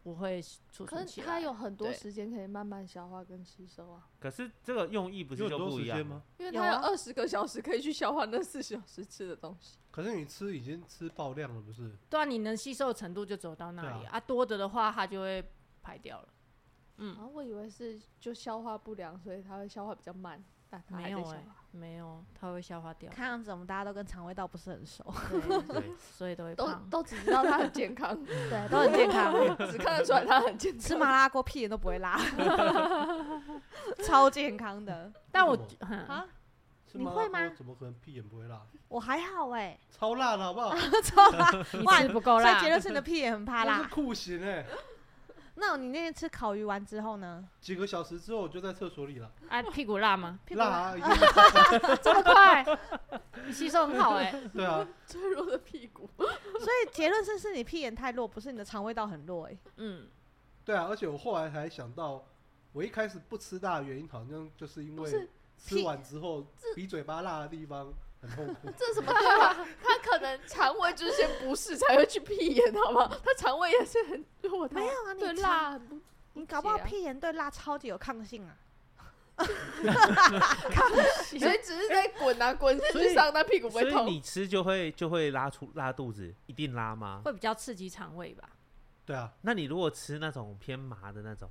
Speaker 1: 不会储
Speaker 2: 可
Speaker 1: 存起
Speaker 2: 是
Speaker 1: 来。
Speaker 2: 它有很多
Speaker 1: 对
Speaker 2: 时间可以慢慢消化跟吸收啊，
Speaker 4: 可是这个用意不
Speaker 5: 有
Speaker 4: 是就
Speaker 5: 很多
Speaker 4: 不
Speaker 5: 时
Speaker 4: 一样
Speaker 5: 间吗？？
Speaker 2: 因为
Speaker 3: 有
Speaker 2: 它有
Speaker 3: 啊
Speaker 2: 二十个小时可以去消化那四小时吃的东西。
Speaker 5: 可是你吃已经吃爆量了，不是？
Speaker 1: 对啊，你能吸收的程度就走到那里
Speaker 5: 对
Speaker 1: 啊，多的的话它就会排掉了。嗯
Speaker 2: 然啊后我以为是就消化不良，所以它会消化比较慢，但它
Speaker 1: 没
Speaker 2: 还
Speaker 1: 有
Speaker 2: 在
Speaker 1: 哎、
Speaker 2: 消化。
Speaker 1: 没有，它会消化掉，
Speaker 3: 看样子我们大家都跟肠胃道不是很熟，
Speaker 1: 对，
Speaker 4: 对，
Speaker 1: 所以都会
Speaker 2: 都
Speaker 1: 胖。
Speaker 2: 都只知道它很健 康，
Speaker 3: 对，都很健康，
Speaker 2: 只看得出来它很健
Speaker 3: 吃
Speaker 2: 康。
Speaker 3: 麻辣锅屁眼都不会 拉，超健康的
Speaker 1: 但
Speaker 5: 为
Speaker 1: 我
Speaker 5: 什 么
Speaker 1: 哼
Speaker 3: 啊！
Speaker 5: 吃
Speaker 3: 你
Speaker 5: 麻辣
Speaker 3: 会
Speaker 5: 锅
Speaker 3: 吗
Speaker 5: 怎么可能屁眼不会辣？
Speaker 3: 我还好 哎，
Speaker 5: 超辣的好不好？
Speaker 3: 超辣，
Speaker 1: 你
Speaker 3: 哇
Speaker 1: 吃不够
Speaker 3: 所以
Speaker 1: 辣
Speaker 3: 结，论是你的屁眼很怕
Speaker 5: 那
Speaker 3: 辣
Speaker 5: 是。酷刑哎！
Speaker 3: 那你那天吃烤鱼完之后呢？
Speaker 5: 几个小时之后我就在厕所里了，
Speaker 1: 啊，屁股辣吗？
Speaker 3: 屁股
Speaker 5: 辣 啊！已经
Speaker 1: 这么快，你吸收很好哎、
Speaker 5: 对啊，
Speaker 2: 脆弱的屁股，
Speaker 3: 所以结论是是你屁眼太弱，不是你的肠胃道很弱哎。
Speaker 1: 嗯，
Speaker 5: 对啊，而且我后来还想到，我一开始不吃辣的原因好像就是因
Speaker 2: 不是
Speaker 5: 为吃完之后比嘴巴辣的地方很痛苦。
Speaker 2: 这什么对吧？ 它可能肠胃就是先不适才会去屁眼，好吗？它肠胃也是很弱的啊，
Speaker 3: 没有啊，你
Speaker 2: 对
Speaker 3: 肠，
Speaker 2: 辣很不
Speaker 3: 你搞不好
Speaker 2: 不解啊
Speaker 3: 屁眼对辣超级有抗性啊。
Speaker 2: 所以只是在滚啊滚下
Speaker 4: 哎所以
Speaker 2: 去上，但屁股不
Speaker 4: 所
Speaker 2: 会
Speaker 4: 以
Speaker 2: 痛。
Speaker 4: 你吃就会就会拉出拉肚子，一定拉吗？
Speaker 1: 会比较刺激肠胃吧，
Speaker 5: 对啊，
Speaker 4: 那你如果吃那种偏麻的那种，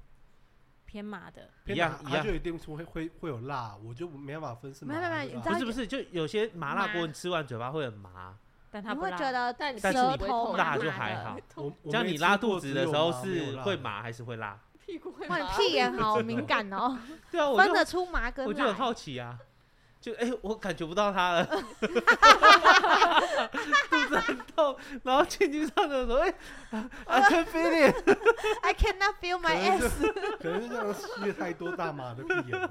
Speaker 1: 偏麻的。
Speaker 4: 一
Speaker 5: 偏麻
Speaker 4: 样一
Speaker 5: 它
Speaker 4: 样
Speaker 5: 就，一定会会会有辣，我就没办法分是麻
Speaker 3: 没有没有
Speaker 5: 还
Speaker 3: 没
Speaker 5: 是辣
Speaker 3: 有你知道
Speaker 4: 不是不是，就有些麻辣
Speaker 3: 麻
Speaker 4: 锅你吃完嘴巴会很麻，
Speaker 1: 但
Speaker 3: 你
Speaker 1: 它不
Speaker 3: 会
Speaker 1: 辣，
Speaker 3: 觉得
Speaker 2: 但你
Speaker 4: 但是
Speaker 3: 舌
Speaker 4: 你
Speaker 3: 头
Speaker 2: 会
Speaker 3: 哦麻
Speaker 4: 辣就
Speaker 3: 麻
Speaker 4: 还
Speaker 3: 的
Speaker 4: 好。
Speaker 5: 我我
Speaker 4: 像
Speaker 5: 没
Speaker 4: 你
Speaker 5: 吃
Speaker 4: 拉
Speaker 5: 过
Speaker 4: 肚子
Speaker 5: 只
Speaker 4: 的
Speaker 5: 有
Speaker 4: 时候
Speaker 5: 麻没有
Speaker 4: 是
Speaker 5: 辣
Speaker 4: 会
Speaker 5: 的
Speaker 4: 麻还是会辣？
Speaker 2: 屁股会
Speaker 3: 哇，你
Speaker 2: 麻
Speaker 3: 屁眼好敏感哦，
Speaker 4: 对 啊，我
Speaker 3: 分
Speaker 4: 就
Speaker 3: 得出麻跟
Speaker 4: 我就很
Speaker 3: 辣。
Speaker 4: 好奇啊，就哎、我感觉不到它 了， 肚子很痛，然后进去上厕所，哎、 啊，I can feel it，
Speaker 3: I cannot feel
Speaker 5: 可
Speaker 3: my
Speaker 5: 能
Speaker 3: ass。
Speaker 5: 是可能是这样吸了太多大麻的屁眼吧。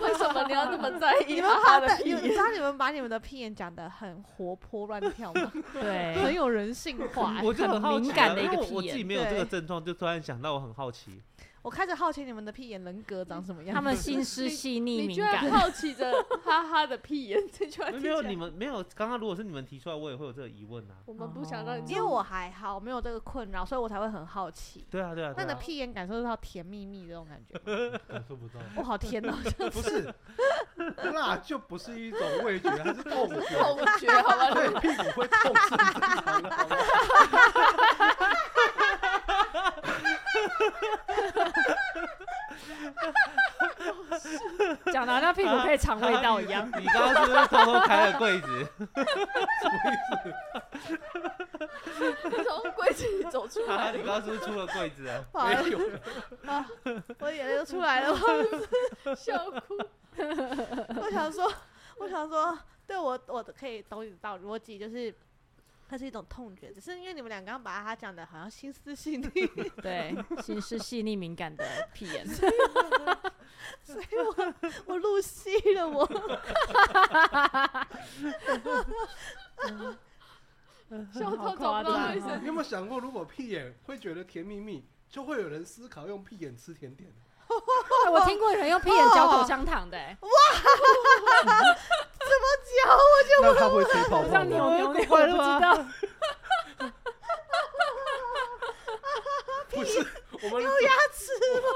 Speaker 2: 为什么你要那么在
Speaker 3: 你
Speaker 2: 意
Speaker 3: 们把
Speaker 2: 他的
Speaker 3: 的
Speaker 2: 屁
Speaker 3: 你你知
Speaker 2: 眼？
Speaker 3: 道你们把你们的屁眼讲得很活泼乱跳吗？很
Speaker 1: 对，
Speaker 3: 有人性化。
Speaker 4: 我就好奇、
Speaker 1: 敏
Speaker 4: 啊，
Speaker 1: 感的一
Speaker 4: 因为
Speaker 1: 个
Speaker 4: 我
Speaker 1: 屁
Speaker 4: 我自己
Speaker 1: 眼
Speaker 4: 没有这个
Speaker 3: 对
Speaker 4: 症状，就突然想到我很好奇，
Speaker 3: 我开始好奇你们的屁眼人格长什么样。
Speaker 1: 他们心思
Speaker 2: 你
Speaker 1: 细腻
Speaker 2: 你
Speaker 1: 敏
Speaker 2: 居然
Speaker 1: 感，
Speaker 2: 好奇着哈哈的屁眼，这句话
Speaker 1: 呃
Speaker 2: 听
Speaker 4: 没有
Speaker 2: 起来
Speaker 4: 你们没有，刚刚如果是你们提出来，我也会有这个疑问啊，
Speaker 2: 我们不想
Speaker 1: 哦
Speaker 2: 让你
Speaker 3: 因为我还好，没有这个困扰，所以我才会很好奇。
Speaker 4: 对啊对啊
Speaker 3: 那
Speaker 4: 对
Speaker 3: 你的
Speaker 4: 啊，
Speaker 3: 屁眼感受到甜蜜蜜这种感觉吗，
Speaker 5: 感受不到，
Speaker 3: 我好甜哦！
Speaker 5: 不是，辣就不是一种味觉，它是痛觉。
Speaker 2: 痛 觉，好吧？
Speaker 5: 对，屁股会痛是很正常的，好吗？
Speaker 1: 讲的好像屁股配肠胃道一样。
Speaker 4: 你刚刚是不是偷偷开了柜子？
Speaker 2: 你 从柜子里走出
Speaker 4: 啊，
Speaker 2: 来
Speaker 4: 你，刚刚是不是出了柜子啊？
Speaker 3: 不好意思啊，我眼泪都出来了。
Speaker 2: 笑哭。
Speaker 3: 我想说，我想说，对我我可以懂你到逻辑，就是它是一种痛觉，只是因为你们俩刚刚把它讲的好像心思细腻，
Speaker 1: 对，心思细腻敏感的屁 眼，
Speaker 3: 所以我我入戏了我。
Speaker 2: 笑到
Speaker 1: 好
Speaker 2: 找
Speaker 1: 夸
Speaker 2: 不到
Speaker 1: 张
Speaker 2: 卫
Speaker 1: 哦
Speaker 2: 生
Speaker 5: 你有没有想过，如果屁眼会觉得甜蜜蜜，就会有人思考用屁眼吃甜点？
Speaker 1: 哎我听过有人用屁眼嚼口香糖的、欸，
Speaker 5: 那他会吹泡泡
Speaker 1: 像扭
Speaker 5: 吗？
Speaker 1: 扭扭，我不知道。
Speaker 5: 不是，我们有牙齿吗？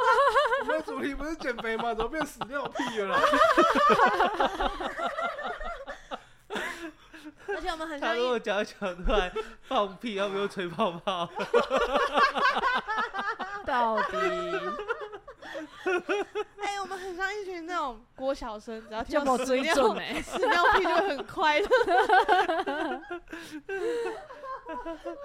Speaker 5: 我们的主题不是减肥吗？怎么变屎尿屁了？
Speaker 3: 而且我们很
Speaker 4: 他
Speaker 3: 像
Speaker 4: 如
Speaker 3: 一
Speaker 4: 果讲一讲突然放屁，要不要吹 泡泡？
Speaker 1: 到底
Speaker 3: 哎、我们很像一群那种国小生，只要听
Speaker 1: 就
Speaker 3: 到
Speaker 1: 我
Speaker 3: 屎
Speaker 1: 追
Speaker 3: 尿
Speaker 1: 准
Speaker 4: 欸
Speaker 1: 哎、
Speaker 3: 屎尿屁就会很快乐。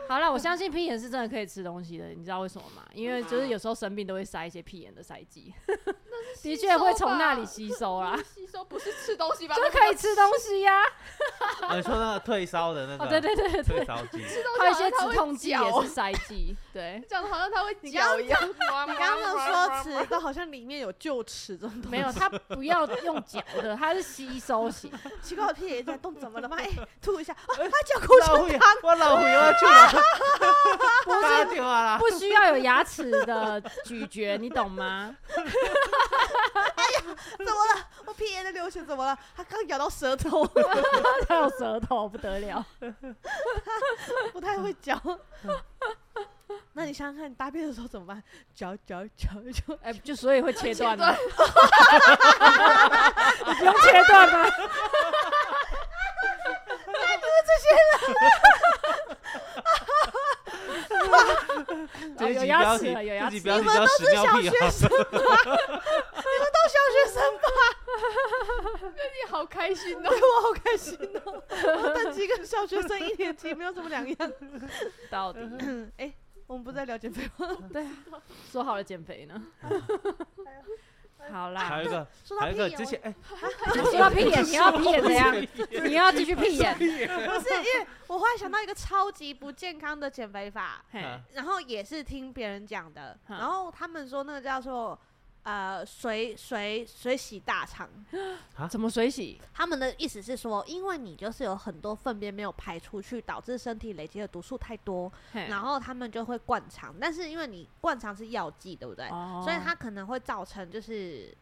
Speaker 1: 好了，我相信屁眼是真的可以吃东西的，你知道为什么吗？因为就是有时候生病都会塞一些屁眼的塞剂， 的确会从那里吸收啦，
Speaker 2: 吸收不是吃东西吧？
Speaker 1: 就是
Speaker 2: 那
Speaker 1: 可以
Speaker 2: 个
Speaker 1: 吃东西 呀、
Speaker 4: 啊你说那个退烧的那个，
Speaker 1: 哦，对对对对
Speaker 4: 退
Speaker 1: 对，
Speaker 4: 烧剂，
Speaker 2: 吃东西
Speaker 1: 还有一
Speaker 2: 好
Speaker 1: 些
Speaker 2: 像它
Speaker 1: 止
Speaker 2: 会
Speaker 1: 痛剂
Speaker 2: 嚼
Speaker 1: 也是塞剂， 对，
Speaker 2: 讲的好像它会
Speaker 3: 你
Speaker 2: 嚼一样。
Speaker 3: 你刚刚 没有说吃，都好像里面有臼齿这种东西。
Speaker 1: 没有，它不要用嚼的，它是吸收 型。
Speaker 3: 奇怪，我屁眼在动，怎么了吗？哎、吐一下，啊，
Speaker 4: 哎
Speaker 3: 它脚口
Speaker 4: 老虎也，我老虎又要去了，不是丢啊啦，
Speaker 1: 不哦需要有牙齿的咀嚼，你懂吗？
Speaker 3: 怎么了？我屁眼在流血，怎么了？它刚咬到舌头，
Speaker 1: 它有舌头，不得了。
Speaker 3: 不太会嚼。嗯那你想想看，你大便的时候怎么办？嚼嚼嚼嚼，
Speaker 1: 哎、就所以会切断
Speaker 2: 断
Speaker 1: 啊， 你不用切断 吗？
Speaker 4: 这一
Speaker 1: 啊有牙
Speaker 4: 集标
Speaker 1: 齿了，有
Speaker 4: 题，
Speaker 1: 牙
Speaker 4: 这集
Speaker 1: 齿。
Speaker 4: 标题叫屎尿屁啊，
Speaker 3: 小学生吧，
Speaker 2: 你 好开心哦
Speaker 3: 对！我好开心哦！我但几个小学生一年级没有什么两 样。
Speaker 1: 到底
Speaker 3: 哎、我们不是在聊减肥吗？
Speaker 1: 对啊，说好了减肥呢？好
Speaker 4: 啊还有
Speaker 1: 啦
Speaker 4: 一，个，
Speaker 3: 说到
Speaker 4: 还有
Speaker 3: 屁
Speaker 4: 一个，
Speaker 3: 眼，
Speaker 4: 之前哎，
Speaker 1: 哎你要屁 眼，你要屁眼怎样？你要继续屁眼？
Speaker 3: 我不是因为我忽然想到一个超级不健康的减肥法，
Speaker 1: 嘿
Speaker 4: 啊，
Speaker 3: 然后也是听别人讲的，
Speaker 1: 哈
Speaker 3: 然后他们说那个叫做呃水水水洗大肠，
Speaker 1: 怎么水洗？
Speaker 3: 他们的意思是说，因为你就是有很多粪便没有排出去，导致身体累积的毒素太多，
Speaker 1: 嘿
Speaker 3: 然后他们就会灌肠，但是因为你灌肠是药剂，对不对？
Speaker 1: 哦
Speaker 3: 所以它可能会造成就是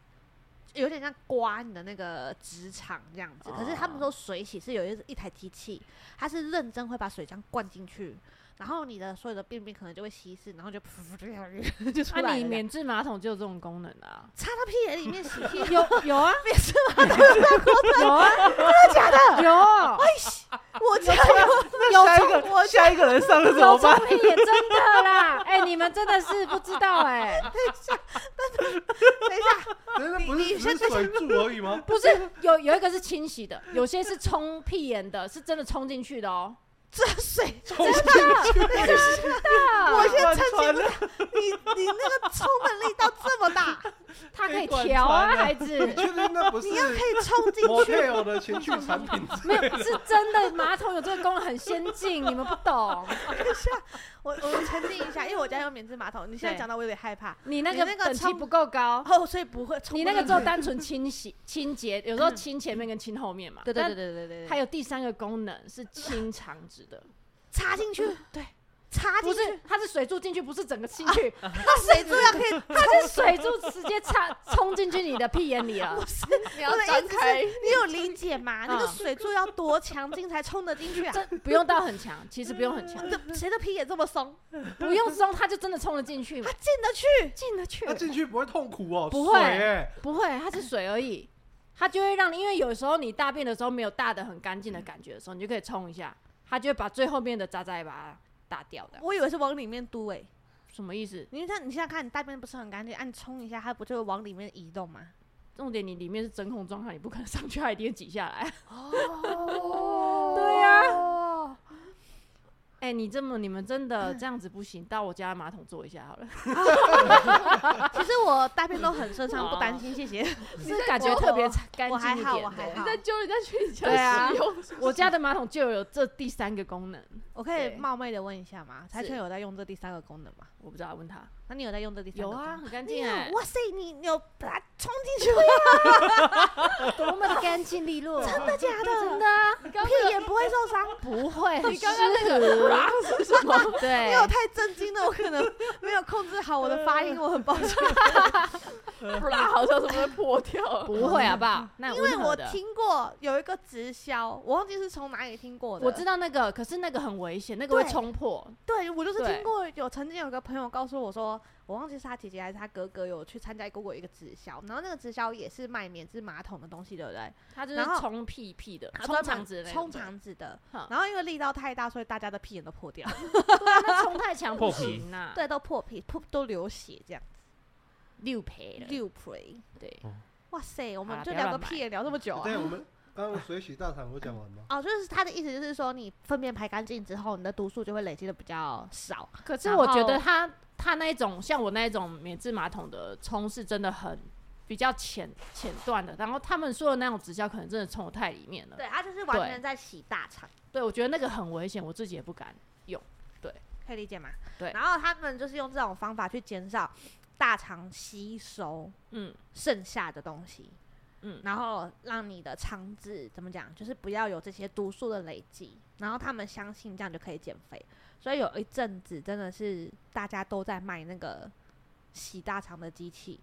Speaker 3: 有点像刮你的那个直肠这样子。可是他们
Speaker 1: 哦
Speaker 3: 说水洗是有一一台机器，它是认真会把水这样灌进去，然后你的所有的便便可能就会稀释，然后就噗噗 噗就出来
Speaker 1: 那
Speaker 3: 了。
Speaker 1: 啊你免治马桶就有这种功能啊？
Speaker 3: 插到屁眼里面洗屁，
Speaker 1: 有有啊，
Speaker 3: 免治马桶，
Speaker 1: 有啊，真的假的？哎有，
Speaker 3: 我家有有中国家
Speaker 4: 下一个人上了怎
Speaker 1: 有
Speaker 4: 么
Speaker 1: 聪
Speaker 4: 办？
Speaker 1: 明也真的啦！哎，你们真的是不知道哎，
Speaker 3: 等一下，
Speaker 5: 真的不是只是水柱而已吗？
Speaker 1: 不是有有一个是清洗的，有些是冲屁眼的，是真的冲进去的哦。
Speaker 3: 这水
Speaker 1: 我
Speaker 3: 我先
Speaker 4: 乱
Speaker 3: 澄清
Speaker 4: 穿
Speaker 3: 不是，你你那个冲的力道这么大，
Speaker 1: 它可以调啊，
Speaker 4: 被贯穿了
Speaker 1: 孩子，
Speaker 5: 你 确定那不是
Speaker 3: 你要可以冲进去，
Speaker 5: Motel 的情趣产品之
Speaker 1: 没
Speaker 5: 类
Speaker 1: 有是真的马桶有这个功能很先进，你们不 懂。
Speaker 3: 我我沉浸一下，因为我家有免治马桶，你现在
Speaker 1: 对
Speaker 3: 讲到我有点害怕。
Speaker 1: 你那
Speaker 3: 你
Speaker 1: 个
Speaker 3: 那个
Speaker 1: 等级
Speaker 3: 冲
Speaker 1: 不够高。
Speaker 3: 哦，所以不会冲
Speaker 1: 你
Speaker 3: 不
Speaker 1: 那个
Speaker 3: 进
Speaker 1: 只有
Speaker 3: 去
Speaker 1: 单纯清洗、 清洁，有时候清前面跟清后面嘛。
Speaker 3: 对对对对对对，
Speaker 1: 但
Speaker 3: 还
Speaker 1: 还
Speaker 3: 有
Speaker 1: 有第三个功能是清肠子 的，
Speaker 3: 插进去，对，插
Speaker 1: 嗯不
Speaker 3: 进去，
Speaker 1: 是，它是水柱进去，不是整个进 去，
Speaker 3: 它水柱要可以，
Speaker 1: 它是水柱直接插冲进去你的屁眼里了。
Speaker 2: 你要
Speaker 3: 我的意
Speaker 2: 张
Speaker 3: 思
Speaker 2: 开
Speaker 3: 是，，你有理解吗？那个
Speaker 1: 嗯
Speaker 3: 水柱要多强劲才冲得进去啊？
Speaker 1: 这不用到很强，其实不用很 强，
Speaker 3: 这谁的皮也这么松？
Speaker 1: 不用松，它就真的冲了进去嘛
Speaker 3: 它，进得去，
Speaker 1: 进得去
Speaker 5: 的，，他进去不会痛苦哦，
Speaker 1: 不会
Speaker 5: 水欸
Speaker 1: 不会，它是水而已，它就会让你，因为有时候你大便的时候没有大的很干净的感觉的时候，你就可以冲一下，它就会把最后面的渣渣也把它打掉的。
Speaker 3: 我以为是往里面嘟诶。
Speaker 1: 什么意思？
Speaker 3: 你看你现在看，你大便不是很干净，按冲一下，它不就会往里面移动 吗？
Speaker 1: 重点你里面是真空状态，你不可能上去，它一定会挤下来。
Speaker 2: 对哦
Speaker 1: 对啊呀、哎、你这么你们真的这样子不行，到我家马桶坐一下好了，
Speaker 3: 其实我大便都很顺畅，不担心，谢谢。
Speaker 1: 是感觉特别干
Speaker 3: 我还
Speaker 1: 净一
Speaker 3: 好，我啊
Speaker 1: 点
Speaker 3: 还
Speaker 1: 的。
Speaker 3: 好
Speaker 2: 你，在揪人家去你
Speaker 1: 对
Speaker 2: 家
Speaker 1: 啊
Speaker 2: 使用是不是，
Speaker 1: 我家的马桶就有这第三个功能，
Speaker 3: 我可以
Speaker 1: 对
Speaker 3: 冒昧的问一下吗？柴
Speaker 1: 是
Speaker 3: 犬有在用这第三个功能吗？
Speaker 1: 我不知道问他。
Speaker 3: 那你有在用这第三个
Speaker 1: 有
Speaker 3: 功能？
Speaker 1: 啊，很干
Speaker 3: 你
Speaker 1: 净
Speaker 3: 有
Speaker 1: 哎，
Speaker 3: 哇塞，你你有把它冲进去吗，啊
Speaker 1: 多么的干净利落，
Speaker 3: 真的假的？
Speaker 1: 真的啊
Speaker 2: 你刚刚
Speaker 3: 屁眼不会受伤。
Speaker 1: 不会很
Speaker 2: 你
Speaker 1: 湿
Speaker 2: 刚刚那个
Speaker 1: 滑。
Speaker 2: 是啊什么？
Speaker 3: 因
Speaker 1: 对
Speaker 3: 为，我太震惊了，我可能没有控制好我的发音，我很抱歉。
Speaker 2: 不啦，好像什么都破掉了。
Speaker 1: 不会好不好？那
Speaker 3: 因为
Speaker 1: 温和
Speaker 3: 我
Speaker 1: 的
Speaker 3: 听过有一个直销，我忘记是从哪里听过的。
Speaker 1: 我知
Speaker 3: 道，
Speaker 1: 道那个，可是那个很危险，那个会
Speaker 3: 对
Speaker 1: 冲破。
Speaker 3: 对我就是
Speaker 1: 对
Speaker 3: 听过有曾经有个朋友告诉我说，我忘记是他姐姐还是他哥哥有去参加过过一个直销，然后那个直销也是卖免治马桶的东西，对不对？
Speaker 1: 它就是
Speaker 3: 然后
Speaker 1: 冲屁屁的，
Speaker 3: 它
Speaker 1: 冲
Speaker 3: 专
Speaker 1: 肠
Speaker 3: 门
Speaker 1: 子的那
Speaker 3: 冲，
Speaker 1: 种
Speaker 3: 肠子的
Speaker 1: 哼，
Speaker 3: 然后因为力道太大，所以大家的屁眼都破掉，
Speaker 1: 对啊那冲太强不
Speaker 4: 破皮
Speaker 1: 行呐。
Speaker 3: 对，都破皮，破都流血这样。
Speaker 1: 六赔了，
Speaker 3: 六陪。
Speaker 1: 对，
Speaker 3: 哇塞，我们
Speaker 1: 啊
Speaker 3: 就
Speaker 1: 不要
Speaker 3: 聊个
Speaker 1: 乱买
Speaker 3: 屁耶，聊这么久啊！
Speaker 5: 对，我们刚刚水洗大肠有讲完吗？
Speaker 3: 哦，就是他的意思，就是说你粪便排干净之后，你的毒素就会累积的比较少。
Speaker 1: 可是
Speaker 3: 然
Speaker 1: 我觉
Speaker 3: 后
Speaker 1: 得他他那一种像我那一种免治马桶的冲是真的很比较浅浅段的，然后他们说的那种直销可能真的冲得太里面了。
Speaker 3: 对，他就是完
Speaker 1: 对
Speaker 3: 全在洗大肠，
Speaker 1: 对，我觉得那个很危险，我自己也不敢。
Speaker 3: 可以理解吗？
Speaker 1: 对
Speaker 3: 然后他们就是用这种方法去减少大肠吸收
Speaker 1: 嗯，
Speaker 3: 剩下的东西，
Speaker 1: 嗯
Speaker 3: 然后让你的肠子怎么讲，就是不要有这些毒素的累积。然后他们相信这样就可以减肥，所以有一阵子真的是大家都在卖那个洗大肠的机器。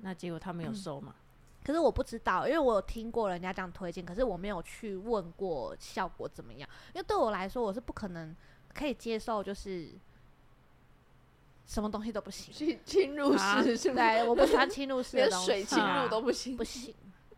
Speaker 1: 那结果他们有
Speaker 3: 嗯
Speaker 1: 收嘛？
Speaker 3: 可是我不知道，因为我有听过人家这样推荐，可是我没有去问过效果怎么样。因为对我来说，我是不可能可以接受，就是什么东西都不行。
Speaker 2: 去侵入
Speaker 1: 啊
Speaker 2: 式是吗？
Speaker 3: 对，我不喜欢侵入式的
Speaker 2: 连
Speaker 3: 东西，
Speaker 2: 水侵入啊都不行
Speaker 3: 不。行，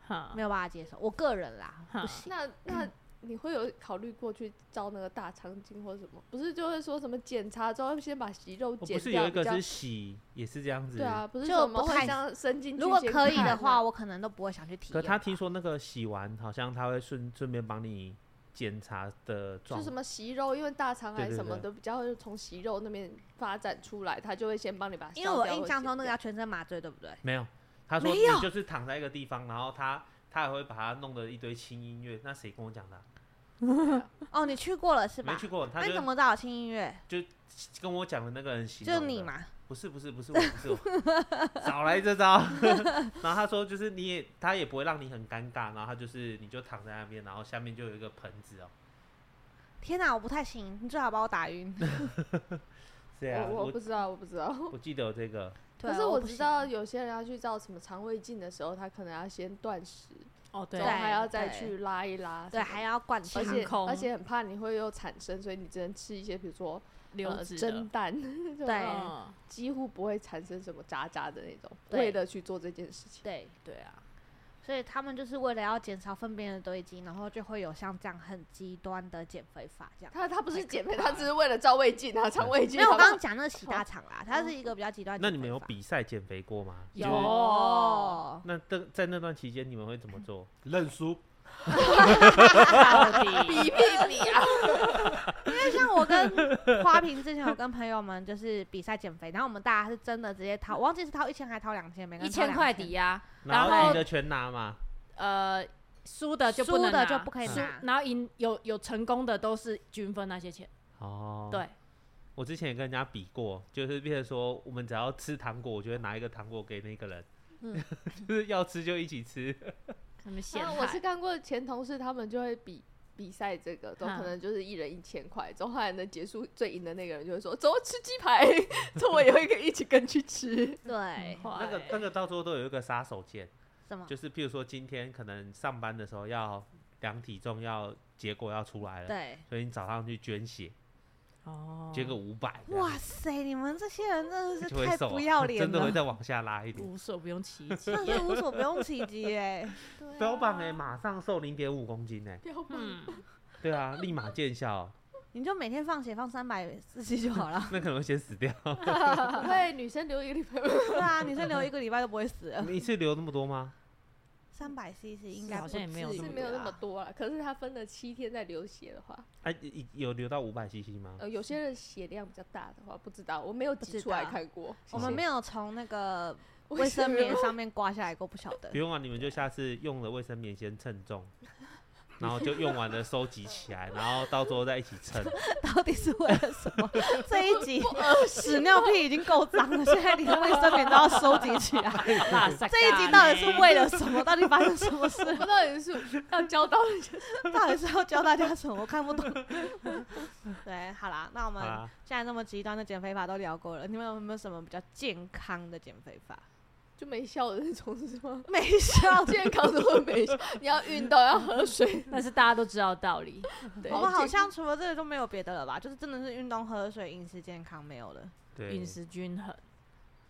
Speaker 1: 哈
Speaker 3: 没有办法接受。我个人啦，
Speaker 1: 哈
Speaker 3: 不行。
Speaker 2: 那那你会有考虑过去照那个大肠镜或什么？不是就会说什么检查之后先把息肉
Speaker 4: 哦我不
Speaker 2: 剪
Speaker 4: 是有
Speaker 2: 掉
Speaker 4: 一
Speaker 2: 比
Speaker 4: 个
Speaker 2: 较
Speaker 4: 是？洗，也是这样子。
Speaker 2: 对啊，不是
Speaker 3: 就
Speaker 2: 说我们
Speaker 3: 不
Speaker 2: 会
Speaker 3: 太
Speaker 2: 这样伸进去
Speaker 3: 如果
Speaker 2: 先
Speaker 3: 可以的
Speaker 2: 看
Speaker 3: 话，，我可能都不会想去体
Speaker 4: 可
Speaker 3: 验。
Speaker 4: 他听说那个洗完，好像他会顺顺便帮你检查的
Speaker 2: 就
Speaker 4: 状
Speaker 2: 什么息肉，因为大肠癌
Speaker 4: 对对
Speaker 2: 什么
Speaker 4: 对
Speaker 2: 的比较从息肉那边发展出来，他就会先帮你把它
Speaker 3: 因为
Speaker 2: 烧
Speaker 3: 我
Speaker 2: 掉
Speaker 3: 印
Speaker 2: 或
Speaker 3: 象
Speaker 2: 剪
Speaker 3: 中那个
Speaker 2: 掉
Speaker 3: 要全身麻醉，对不对？
Speaker 4: 没有，他说
Speaker 3: 没
Speaker 4: 你
Speaker 3: 有
Speaker 4: 就是躺在一个地方，然后他他也会把它弄得一堆轻音乐。那谁跟我讲的啊、
Speaker 3: 哦，你去过了是
Speaker 4: 没
Speaker 3: 吧
Speaker 4: 去？过，他
Speaker 3: 那你
Speaker 4: 就
Speaker 3: 怎么知道有轻音乐？
Speaker 4: 跟我讲的那个人形
Speaker 3: 就是
Speaker 4: 容
Speaker 3: 你
Speaker 4: 的？
Speaker 3: 嘛？
Speaker 4: 不是不是不是我不是我，少来这招。 然后他说就是你也他也不会让你很尴尬，然后他就是你就躺在那边，然后下面就有一个盆子哦。
Speaker 3: 天哪，我不太行，你最好把我打 晕。啊
Speaker 4: 对啊，
Speaker 2: 我
Speaker 4: 我
Speaker 2: 我不知道，我不知道。
Speaker 4: 我记得有这个，
Speaker 3: 对啊
Speaker 2: 可是
Speaker 3: 我
Speaker 2: 我
Speaker 3: 不
Speaker 2: 知
Speaker 3: 行
Speaker 2: 道有些人要去照什么肠胃镜的时候，他可能要先断食，
Speaker 1: 哦，对
Speaker 2: 然后，还要再
Speaker 3: 对
Speaker 2: 去拉一拉什么的，
Speaker 3: 对，还要灌
Speaker 2: 而
Speaker 3: 肠。
Speaker 2: 且
Speaker 1: 长空
Speaker 2: 而且很怕你会有产生，所以你只能吃一些，比如说
Speaker 1: 留
Speaker 2: 呃
Speaker 1: 子
Speaker 2: 蒸
Speaker 1: 的，
Speaker 2: 蛋，
Speaker 3: 对
Speaker 1: 嗯，
Speaker 2: 几乎不会产生什么渣渣的那种。
Speaker 3: 对
Speaker 2: 为了去做这件事情，
Speaker 3: 对，
Speaker 1: 对啊，
Speaker 3: 所以他们就是为了要减少粪便的堆积，然后就会有像这样很极端的减肥法这样。
Speaker 2: 他他不是
Speaker 1: 太可
Speaker 2: 减肥，
Speaker 1: 怕
Speaker 2: 他
Speaker 1: 了
Speaker 2: 只是为了照胃镜啊，肠胃
Speaker 3: 没
Speaker 2: 镜。
Speaker 3: 有，我
Speaker 2: 好不好
Speaker 3: 刚刚讲那 个洗大肠啦，它是一个比较极端的
Speaker 4: 那
Speaker 3: 减
Speaker 4: 你们
Speaker 3: 肥
Speaker 4: 有
Speaker 3: 法。
Speaker 4: 比赛减肥过吗？
Speaker 1: 有
Speaker 4: 就是
Speaker 3: 哦，
Speaker 4: 那在在那段期间，你们会怎么做？
Speaker 5: 认输，
Speaker 1: 到底
Speaker 2: 比屁比啊！
Speaker 3: 因为像我跟花瓶之前有跟朋友们就是比赛减肥，然后我们大家是真的直接掏，我忘记是掏一千还掏两千，每个
Speaker 1: 一
Speaker 3: 人掏
Speaker 1: 千块
Speaker 3: 2000
Speaker 1: 抵，押，
Speaker 4: 然
Speaker 1: 然
Speaker 4: 后
Speaker 1: 后
Speaker 4: 你的全拿嘛，
Speaker 1: 呃，输的就不
Speaker 3: 输
Speaker 1: 能
Speaker 3: 的
Speaker 1: 拿
Speaker 3: 就不可以
Speaker 1: 输
Speaker 3: 拿
Speaker 1: 然后赢有有成功的都是均分那些钱，
Speaker 4: 哦，
Speaker 1: 对，
Speaker 4: 我之前也跟人家比过，就是变成说，我们只要吃糖果，我就会拿一个糖果给那个人，
Speaker 3: 嗯
Speaker 4: 就是要吃就一起吃。
Speaker 3: 啊
Speaker 1: 什么陷
Speaker 2: 然后
Speaker 1: 害，
Speaker 2: 啊我是看过前同事，他们就会比比赛这个，都可能就是一人一千块，之后后来呢结束最赢的那个人就会说走吃鸡排， 这我也会跟一起跟去吃。
Speaker 3: 对，
Speaker 4: 那个那个到最后都有一个杀手锏，
Speaker 3: 嗯什么？
Speaker 4: 就是譬如说今天可能上班的时候要量体重要，结果要出来了，
Speaker 3: 对，
Speaker 4: 所以你早上去捐血，
Speaker 1: 哦，
Speaker 4: 捐个五百，
Speaker 3: 哇塞，你们这些人真的
Speaker 4: 就是会
Speaker 3: 太
Speaker 4: 瘦
Speaker 3: 不
Speaker 4: 啊
Speaker 3: 要脸
Speaker 4: 真的会
Speaker 3: 了，
Speaker 4: 再往下拉一点。
Speaker 1: 无所不用其极，
Speaker 3: 真的是无所不用其 极哎。
Speaker 4: 标榜哎，马上瘦零点五公斤哎，
Speaker 2: 标榜
Speaker 1: 嗯，
Speaker 4: 对啊，立马见效，
Speaker 3: 你就每天放血放三百四十就好了。
Speaker 4: 那可能会先死 掉。
Speaker 2: 不会，啊女生留一个礼拜吧。
Speaker 3: 对啊，女生留一个礼拜都不会死了。
Speaker 4: 你一次流那么多吗？
Speaker 3: 三百 CC 应该
Speaker 1: 好像也没有
Speaker 2: 是
Speaker 1: 这么啊
Speaker 2: 没有那么
Speaker 3: 多。
Speaker 2: 多啦，可是他分了七天在流血的话，
Speaker 4: 哎、一有流到五百 CC 吗？
Speaker 2: 呃，有些人血量比较大的话，不知道，我没有挤
Speaker 3: 知
Speaker 2: 出来
Speaker 3: 道
Speaker 2: 看过。
Speaker 3: 我们没有从那个
Speaker 2: 我
Speaker 3: 卫
Speaker 2: 是
Speaker 3: 生
Speaker 2: 没有
Speaker 3: 棉上面刮下来过，不晓得
Speaker 4: 不。用啊，你们就下次用了卫生棉先称重，然后就用完了收集起来，然后到时候再一起 称。
Speaker 3: 到底是为了什么？这一集屎尿屁已经够脏了，现在连卫生棉都要收集起
Speaker 1: Oh
Speaker 3: 来。
Speaker 1: 哇塞
Speaker 3: 这一集到底是 为了什么？到底发生什么事？
Speaker 2: 我 到底是要教导人家，
Speaker 3: 到底是要教大家什么？我看不懂。对，好啦，那我
Speaker 4: 好
Speaker 3: 们
Speaker 4: 啊啦，
Speaker 3: 现在这么极端的减肥法都聊过了，你们有没有什么比较健康的减肥法？
Speaker 2: 就没效的那种是吗？
Speaker 3: 没效，
Speaker 2: 健康的会没效，你要运动，要 喝水，
Speaker 1: 但是大家都知道道理，
Speaker 2: 对
Speaker 3: 我们好
Speaker 2: 健
Speaker 3: 像除了这个都没有别的了吧？就是真的是运动、喝水、饮食健康没有了。
Speaker 4: 对
Speaker 1: 饮，食均衡，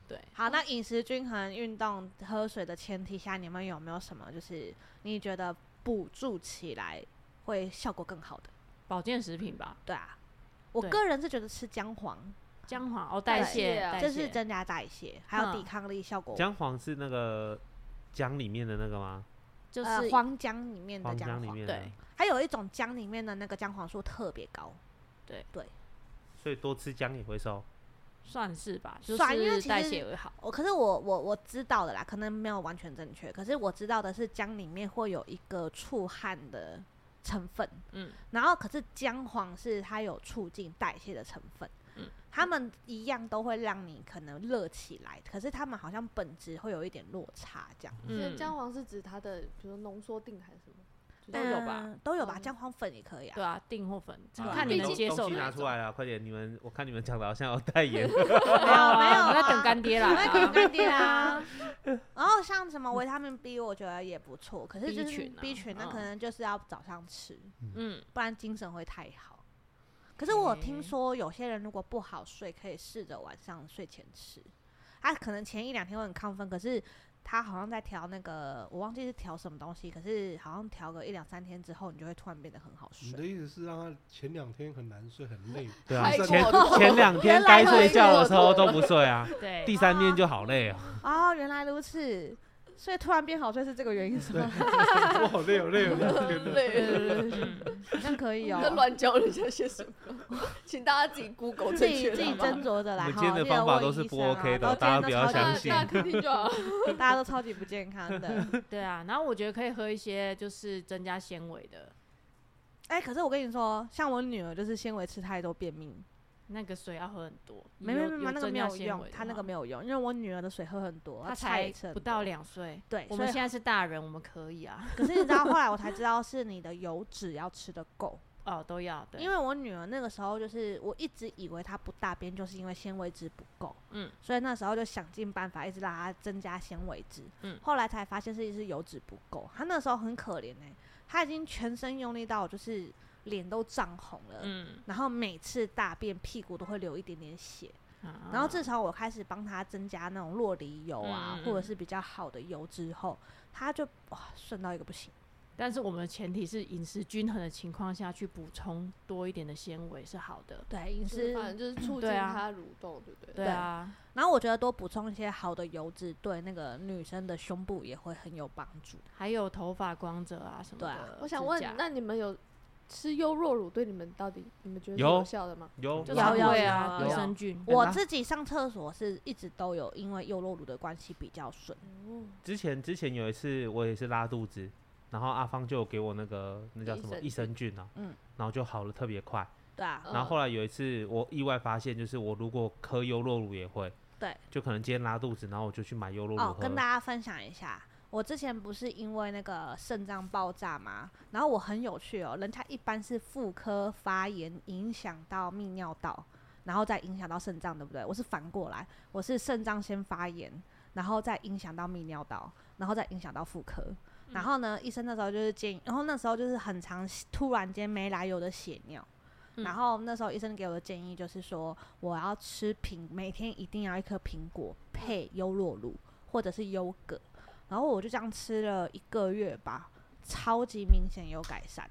Speaker 1: 对，
Speaker 3: 好，那饮食均衡、运动、喝水的前提下，你们有没有什么就是你觉得补助起来会效果更好的？
Speaker 1: 保健食品吧，
Speaker 3: 对啊，我
Speaker 1: 对
Speaker 3: 个人是觉得吃姜黄
Speaker 1: 姜黄哦，代
Speaker 2: 代谢
Speaker 1: 谢，
Speaker 2: 啊
Speaker 1: 代
Speaker 3: 这是
Speaker 1: 谢
Speaker 3: 增加代谢，还有
Speaker 1: 嗯
Speaker 3: 抵抗力效果。
Speaker 4: 姜黄是那个姜里面的那个吗？
Speaker 1: 就
Speaker 3: 呃，
Speaker 1: 是
Speaker 3: 黄姜里面的
Speaker 4: 黄
Speaker 3: 姜
Speaker 4: 姜里
Speaker 3: 黄，
Speaker 4: 面的
Speaker 1: 对，，
Speaker 3: 还有一种姜里面的那个姜黄素特别高，
Speaker 4: 所以多吃姜也会瘦。
Speaker 1: 算是吧，就
Speaker 3: 算因为
Speaker 1: 是
Speaker 3: 其
Speaker 1: 代
Speaker 3: 实
Speaker 1: 谢会好。
Speaker 3: 哦我可是我我我知道的啦，可能没有完全正确。可是我知道的是，姜里面会有一个触汗的成分，
Speaker 1: 嗯，
Speaker 3: 然后可是姜黄是它有促进代谢的成分，
Speaker 1: 嗯，
Speaker 3: 他们一样都会让你可能热起来，可是他们好像本质会有一点落差，这样
Speaker 2: 所以
Speaker 1: 嗯
Speaker 2: 姜黄是指它的，比如浓缩定还是什么？
Speaker 1: 都有吧
Speaker 3: 嗯都有吧，
Speaker 2: 嗯
Speaker 3: 姜黄粉也可以啊，
Speaker 1: 对啊，定或粉，
Speaker 4: 好啦
Speaker 1: 看你
Speaker 2: 毕
Speaker 1: 能
Speaker 2: 竟
Speaker 1: 接
Speaker 4: 东
Speaker 1: 受
Speaker 4: 西
Speaker 1: 哪
Speaker 4: 拿
Speaker 1: 种
Speaker 4: 出来了，啊快点！你们，我看你们讲的好像有 代言，
Speaker 3: 没有没有
Speaker 1: 我在等
Speaker 3: 啊
Speaker 1: 干 爹
Speaker 3: 我在等
Speaker 1: 啦。
Speaker 3: 干爹 啊。然后像什么维他命 B，我觉得也不错，可是
Speaker 1: B
Speaker 3: 就是
Speaker 1: 群啊
Speaker 3: B 群，那可
Speaker 1: 嗯
Speaker 3: 能就是要早上吃，
Speaker 1: 嗯，
Speaker 3: 不然精神会太好。可是我有
Speaker 4: 嗯
Speaker 3: 听
Speaker 1: 诶
Speaker 3: 说有些人如果不好睡，可以试着晚上睡前吃。他可能前一两天会很亢奋，可是他好像在调那个，我忘记是调什么东西，可是好像调个一两三天之后，你就会突然变得很好
Speaker 4: 嗯
Speaker 5: 你的
Speaker 3: 睡。
Speaker 5: 意思是让他前两天很难睡很累，
Speaker 4: 对啊
Speaker 2: 太，
Speaker 4: 前
Speaker 2: 过头
Speaker 4: 前两天该睡觉的时候都不睡啊，
Speaker 1: 对，
Speaker 4: 第三天就好累啊。
Speaker 3: 哦，原来如此，所以突然变好睡是这个原因是吗？
Speaker 5: 我好累，好哦累， 好累。
Speaker 2: 累
Speaker 3: 对
Speaker 2: 了，
Speaker 3: 对对对
Speaker 1: 嗯
Speaker 3: 好像可以哦。
Speaker 2: 在 乱教人家些什么？请大家自己 Google
Speaker 3: 自
Speaker 2: 正
Speaker 3: 己
Speaker 2: 确
Speaker 3: 自己
Speaker 2: 好不好
Speaker 3: 斟酌着来
Speaker 4: 我
Speaker 3: 哈。
Speaker 4: 们今天的
Speaker 3: 记得
Speaker 4: 方法
Speaker 3: 问
Speaker 4: 都是
Speaker 3: 医
Speaker 4: 不
Speaker 3: 生啊
Speaker 4: OK 的
Speaker 3: 都
Speaker 4: 大家不要
Speaker 3: 真的超
Speaker 2: 大
Speaker 4: 相
Speaker 3: 级
Speaker 4: 信
Speaker 2: 大家听听就好。
Speaker 3: 大家都超级不健康的。
Speaker 1: 对啊，然后我觉得可以喝一些就是增加纤维的
Speaker 3: 哎，可是我跟你说，像我女儿就是纤维吃太多便秘，
Speaker 1: 那个水要喝很多，
Speaker 3: 没
Speaker 1: 有
Speaker 3: 没没，
Speaker 1: 有
Speaker 3: 那个
Speaker 1: 增
Speaker 3: 没
Speaker 1: 加
Speaker 3: 有
Speaker 1: 纤
Speaker 3: 用
Speaker 1: 维，的
Speaker 3: 她那
Speaker 1: 话
Speaker 3: 个没有用，因为我女儿的水喝很多，
Speaker 1: 她
Speaker 3: 菜也
Speaker 1: 才
Speaker 3: 吃很
Speaker 1: 不到
Speaker 3: 多
Speaker 1: 两岁，
Speaker 3: 对，
Speaker 1: 我
Speaker 3: 所
Speaker 1: 们
Speaker 3: 以
Speaker 1: 现在是大人，我们可以 啊，
Speaker 3: 可是你知道，后来我才知道是你的油脂要吃的够，
Speaker 1: 哦，都要， 对，
Speaker 3: 因
Speaker 1: 为
Speaker 3: 为我女儿那个时候就是我一直以为她不大便，就是因为纤维质不够，
Speaker 1: 嗯，
Speaker 3: 所以那时候就想尽办法一直让她增加纤维质，
Speaker 1: 嗯
Speaker 3: 后来才发现是是油脂不够，她那时候很可怜哎、她已经全身用力到就是脸都涨红了，
Speaker 1: 嗯，
Speaker 3: 然后每次大便屁股都会流一点点血，然
Speaker 1: 然
Speaker 3: 后至少我开始帮他增加那种洛梨油啊，
Speaker 1: 嗯嗯嗯
Speaker 3: 或者是比较好的油之后，他就哇顺到一个不行。
Speaker 1: 但是我们的前提是饮食均衡的情况下去补充多一点的纤维是好的，
Speaker 3: 对饮
Speaker 2: 就是
Speaker 3: 食，
Speaker 2: 反正就是促进
Speaker 1: 对啊
Speaker 2: 它蠕动，对不对？
Speaker 1: 对啊，
Speaker 3: 然后我觉得多补充一些好的油脂，对那个女生的胸部也会很有帮助。
Speaker 1: 还有头发光泽啊什么
Speaker 3: 对
Speaker 1: 的
Speaker 3: 啊
Speaker 1: 指甲，
Speaker 2: 我想问，那你们有吃优酪乳对你们到底你们觉得是
Speaker 4: 有
Speaker 2: 有效的吗？
Speaker 4: 有
Speaker 1: 就是
Speaker 3: 有有
Speaker 1: 会
Speaker 3: 有
Speaker 1: 啊，
Speaker 4: 有
Speaker 1: 益生菌，
Speaker 4: 对
Speaker 3: 我
Speaker 4: 那
Speaker 3: 自己上厕所是一直都有，因为优酪乳的关系比较顺。
Speaker 2: 哦
Speaker 4: 之前之前有一次我也是拉肚子，然后阿芳就有给我那个那叫什么
Speaker 2: 益
Speaker 4: 益
Speaker 2: 生
Speaker 4: 生菌啊，
Speaker 3: 嗯
Speaker 4: 然后就好了特别快。
Speaker 3: 对啊，
Speaker 2: 嗯
Speaker 4: 然后后来有一次我意外发现，就是我如果喝优酪乳也会，
Speaker 3: 对，
Speaker 4: 就可能今天拉肚子，然后我就去买优酪乳
Speaker 3: 哦，
Speaker 4: 喝
Speaker 3: 跟
Speaker 4: 了
Speaker 3: 大家分享一下。我之前不是因为那个肾脏爆炸嘛，然后我很有趣哦，人家一般是妇科发炎影响到泌尿道，然后再影响到肾脏，对不对？我是反过来，我是肾脏先发炎，然后再影响到泌尿道，然后再影响到妇科。然后呢，医生那时候就是建议，然后那时候就是很常突然间没来由的血尿，
Speaker 1: 嗯
Speaker 3: 然后那时候医生给我的建议就是说，我要吃苹，每天一定要一颗苹果配优酪乳或者是优格，然后我就这样吃了一个月吧，超级明显有改善。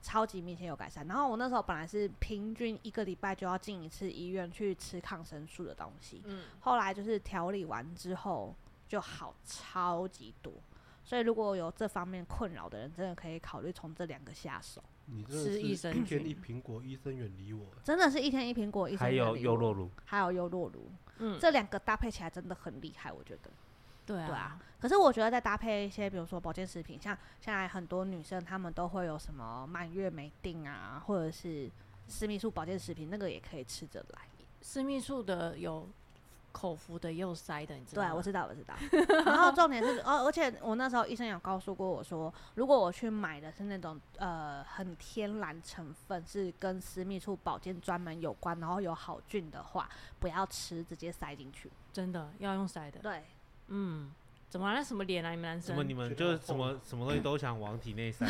Speaker 3: 超级明显有改善，然后我那时候本来是平均一个礼拜就要进一次医院去吃抗生素的东西，
Speaker 1: 嗯，
Speaker 3: 后来就是调理完之后就好超级多，所以如果有这方面困扰的人，真的可以考虑从这两个下手。
Speaker 5: 你真
Speaker 1: 吃益
Speaker 5: 的是
Speaker 1: 生
Speaker 5: 一天
Speaker 1: 菌
Speaker 5: 一苹果，医生远离我。
Speaker 3: 真的是一天一苹果，一
Speaker 4: 还有优
Speaker 3: 乳，
Speaker 4: 酪乳，
Speaker 3: 还有优酪乳，
Speaker 1: 嗯
Speaker 3: 这两个搭配起来真的很厉害，我觉得。
Speaker 1: 对
Speaker 3: 对
Speaker 1: 啊
Speaker 3: 啊，可是我觉得再搭配一些，比如说保健食品，像现在很多女生她们都会有什么满月梅定啊，或者是私密素保健食品，那个也可以吃着来。
Speaker 1: 私密处的有口服的，也有塞的，你知道吗？
Speaker 3: 对，我知道，我知道。 然后重点是，哦，而且我那时候医生有告诉过我说，如果我去买的是那种呃很天然成分，是跟私密处保健专门有关，然后有好菌的话，不要吃，直接塞进去。
Speaker 1: 真的要用塞的。
Speaker 3: 对，
Speaker 1: 嗯，怎么了那什么脸啊？你们男
Speaker 4: 怎么
Speaker 1: 生
Speaker 4: 你？们
Speaker 5: 觉得
Speaker 4: 就是
Speaker 5: 好
Speaker 4: 什么什么东西都想往体内塞？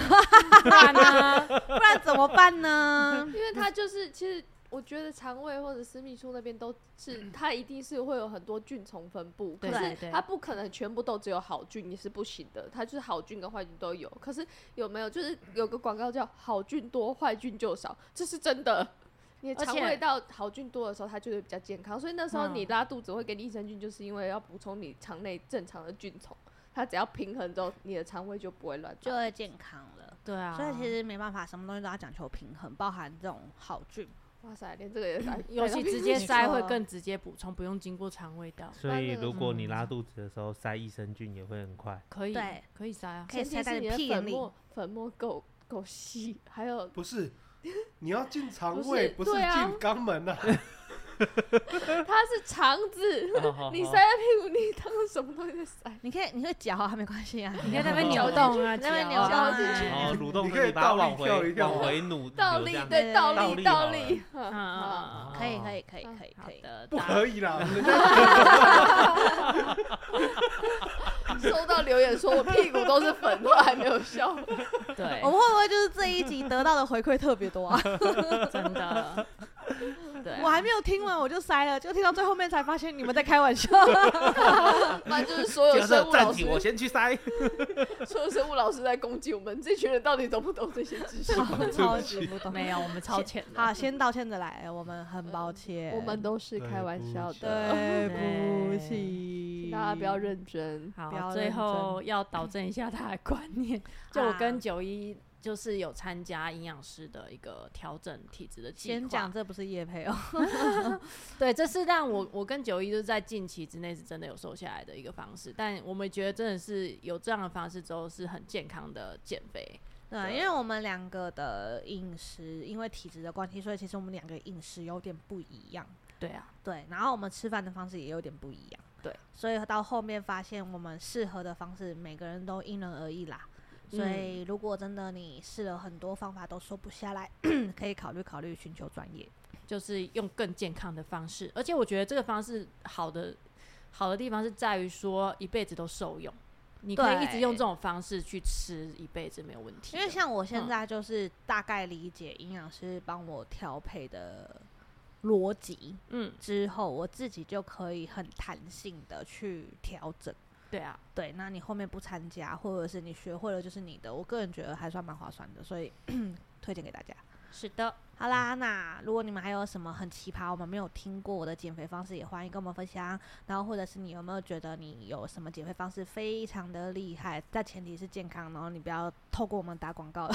Speaker 1: 不然呢？
Speaker 3: 不然怎么办呢？
Speaker 2: 因为它就是其实。我觉得肠胃或者私密处那边都是，它一定是会有很多菌虫分布，可是
Speaker 1: 对对对
Speaker 2: 它不可能全部都只有好菌，也是不行的。它就是好菌跟坏菌都有，可是有没有就是有个广告叫“好菌多，坏菌就少”，这是真的。 你的
Speaker 1: 而
Speaker 2: 肠
Speaker 1: 且
Speaker 2: 胃道好菌多的时候，它就会比较健康。所以那时候你
Speaker 1: 嗯
Speaker 2: 拉肚子会给你益生菌，就是因为要补充你肠内正常的菌丛。它只要平衡之后，你的肠胃就不会乱。
Speaker 3: 就会健康了。
Speaker 1: 对啊，
Speaker 3: 所以其实没办法，什么东西都要讲求平衡，包含这种好菌。
Speaker 2: 哇塞，连这个也来，
Speaker 1: 嗯尤其直接
Speaker 3: 没
Speaker 1: 塞
Speaker 3: 错
Speaker 1: 会
Speaker 3: 啊
Speaker 1: 更直接补充，不用经过肠胃道，
Speaker 4: 所以如果你
Speaker 1: 嗯
Speaker 4: 拉肚子的时候塞益生菌也会 很快。
Speaker 1: 可以
Speaker 3: 对
Speaker 1: 可以塞 啊。
Speaker 3: 可以塞
Speaker 2: 前提
Speaker 3: 在
Speaker 2: 是
Speaker 3: 你的
Speaker 2: 你的
Speaker 3: 屁眼
Speaker 2: 粉
Speaker 3: 里
Speaker 2: 末粉末够够细，还 有
Speaker 5: 不是，你要进肠
Speaker 2: 不是
Speaker 5: 胃，不是
Speaker 2: 对
Speaker 5: 进
Speaker 2: 啊
Speaker 5: 肛门呐、
Speaker 2: 它是肠子， 你塞在屁股，你当什么东西在塞？
Speaker 3: 你可以，你会嚼啊，没关系啊。
Speaker 1: 你可以在那边
Speaker 2: 哦
Speaker 1: 扭动啊，
Speaker 3: 在那边
Speaker 1: 脚啊
Speaker 3: 扭动
Speaker 2: 进去
Speaker 3: 啊
Speaker 4: 哦，蠕动
Speaker 5: 你
Speaker 4: 可
Speaker 5: 可以
Speaker 4: 以把它
Speaker 5: 倒立
Speaker 4: 往
Speaker 5: 跳一
Speaker 4: 回
Speaker 5: 跳
Speaker 4: 往回努，
Speaker 2: 倒
Speaker 4: 扭
Speaker 2: 立
Speaker 4: 这样，
Speaker 2: 对，倒立，
Speaker 4: 倒
Speaker 2: 倒
Speaker 4: 立
Speaker 2: 立，
Speaker 1: 嗯嗯嗯嗯，
Speaker 3: 可以，可以，可以，
Speaker 2: 嗯
Speaker 3: 可以，
Speaker 1: 好
Speaker 3: 可以。
Speaker 1: 的，
Speaker 5: 不
Speaker 1: 大
Speaker 5: 可以啦，人家
Speaker 3: 嗯
Speaker 2: 收到留言说我屁股都是粉，都还没有笑。
Speaker 1: 对
Speaker 3: 我，们会不会就是这一集得到的回馈特别多 啊？
Speaker 1: 真 的，对啊，
Speaker 3: 我还没有听完我就塞了，就听到最后面才发现你们在开玩 笑。
Speaker 2: 那就是所有
Speaker 4: 角
Speaker 2: 生
Speaker 4: 色
Speaker 2: 物
Speaker 4: 暂
Speaker 2: 老
Speaker 4: 停，我
Speaker 2: 师，
Speaker 4: 先去塞。
Speaker 2: 所有生物老师在攻击我们这群人，到底懂不懂这些知识？
Speaker 3: 超级 不懂。
Speaker 1: 没有，我们超前的，
Speaker 3: 好，先道歉的来，我们很抱歉。
Speaker 2: 嗯我们都是开玩笑的，
Speaker 3: 对
Speaker 1: 对
Speaker 3: 不起
Speaker 2: 请，大家不要。认真。
Speaker 3: 不要
Speaker 1: 好，最
Speaker 3: 认
Speaker 1: 后要导正一下他的观 念。就我跟九一就是有参加营养师的一个调整体质的计划。
Speaker 3: 先讲，这不是叶配哦，
Speaker 1: 对，这是让我我跟九一就是在近期之内是真的有瘦下来的一个方式。但我们觉得真的是有这样的方式之后是很健康的减肥。
Speaker 3: 对，啊因为我们两个的饮食，因为体质的关系，所以其实我们两个饮食有点不一样。
Speaker 1: 对啊，
Speaker 3: 对，然后我们吃饭的方式也有点不一样。
Speaker 1: 对，
Speaker 3: 所以到后面发现我们适合的方式，每个人都因人而异啦。所以如果真的你试了很多方法都瘦不下来， 可以考虑考虑寻求专业。
Speaker 1: 就是用更健康的方式，而且我觉得这个方式好的好的地方是在于说一辈子都受用，你可以一直
Speaker 3: 对
Speaker 1: 用这种方式去吃一辈子没有问题的。
Speaker 3: 因为像我现
Speaker 1: 嗯
Speaker 3: 在就是大概理解营养师帮我调配的逻辑
Speaker 1: 嗯，
Speaker 3: 之后，我自己就可以很弹性的去调整。
Speaker 1: 对啊，
Speaker 3: 对，那你后面不参加，或者是你学会了就是你的，我个人觉得还算蛮划算的，所以 推荐给大家。
Speaker 1: 是的。
Speaker 3: 好啦，
Speaker 4: 嗯
Speaker 3: 那如果你们还有什么很奇葩我们没有听过的减肥方式，也欢迎跟我们分享。然后或者是你有没有觉得你有什么减肥方式非常的厉害，但前提是健康，然后你不要透过我们打广 告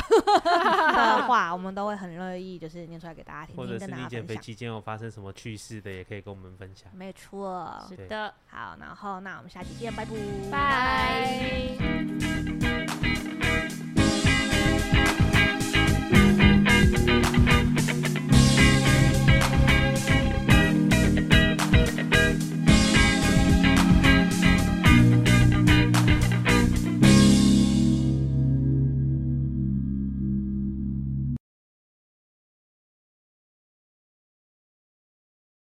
Speaker 3: 的话，我们都会很乐意就是念出来给大家听
Speaker 4: 或
Speaker 3: 听，
Speaker 4: 者
Speaker 3: 跟
Speaker 4: 是
Speaker 3: 大
Speaker 4: 你
Speaker 3: 家
Speaker 4: 减
Speaker 3: 分
Speaker 4: 肥
Speaker 3: 享。
Speaker 4: 期间有发生什么趣事的，也可以跟我们分享。
Speaker 3: 没错，
Speaker 1: 是
Speaker 4: 对
Speaker 1: 的，
Speaker 3: 好，然后那我们下期见，拜拜，
Speaker 1: 拜。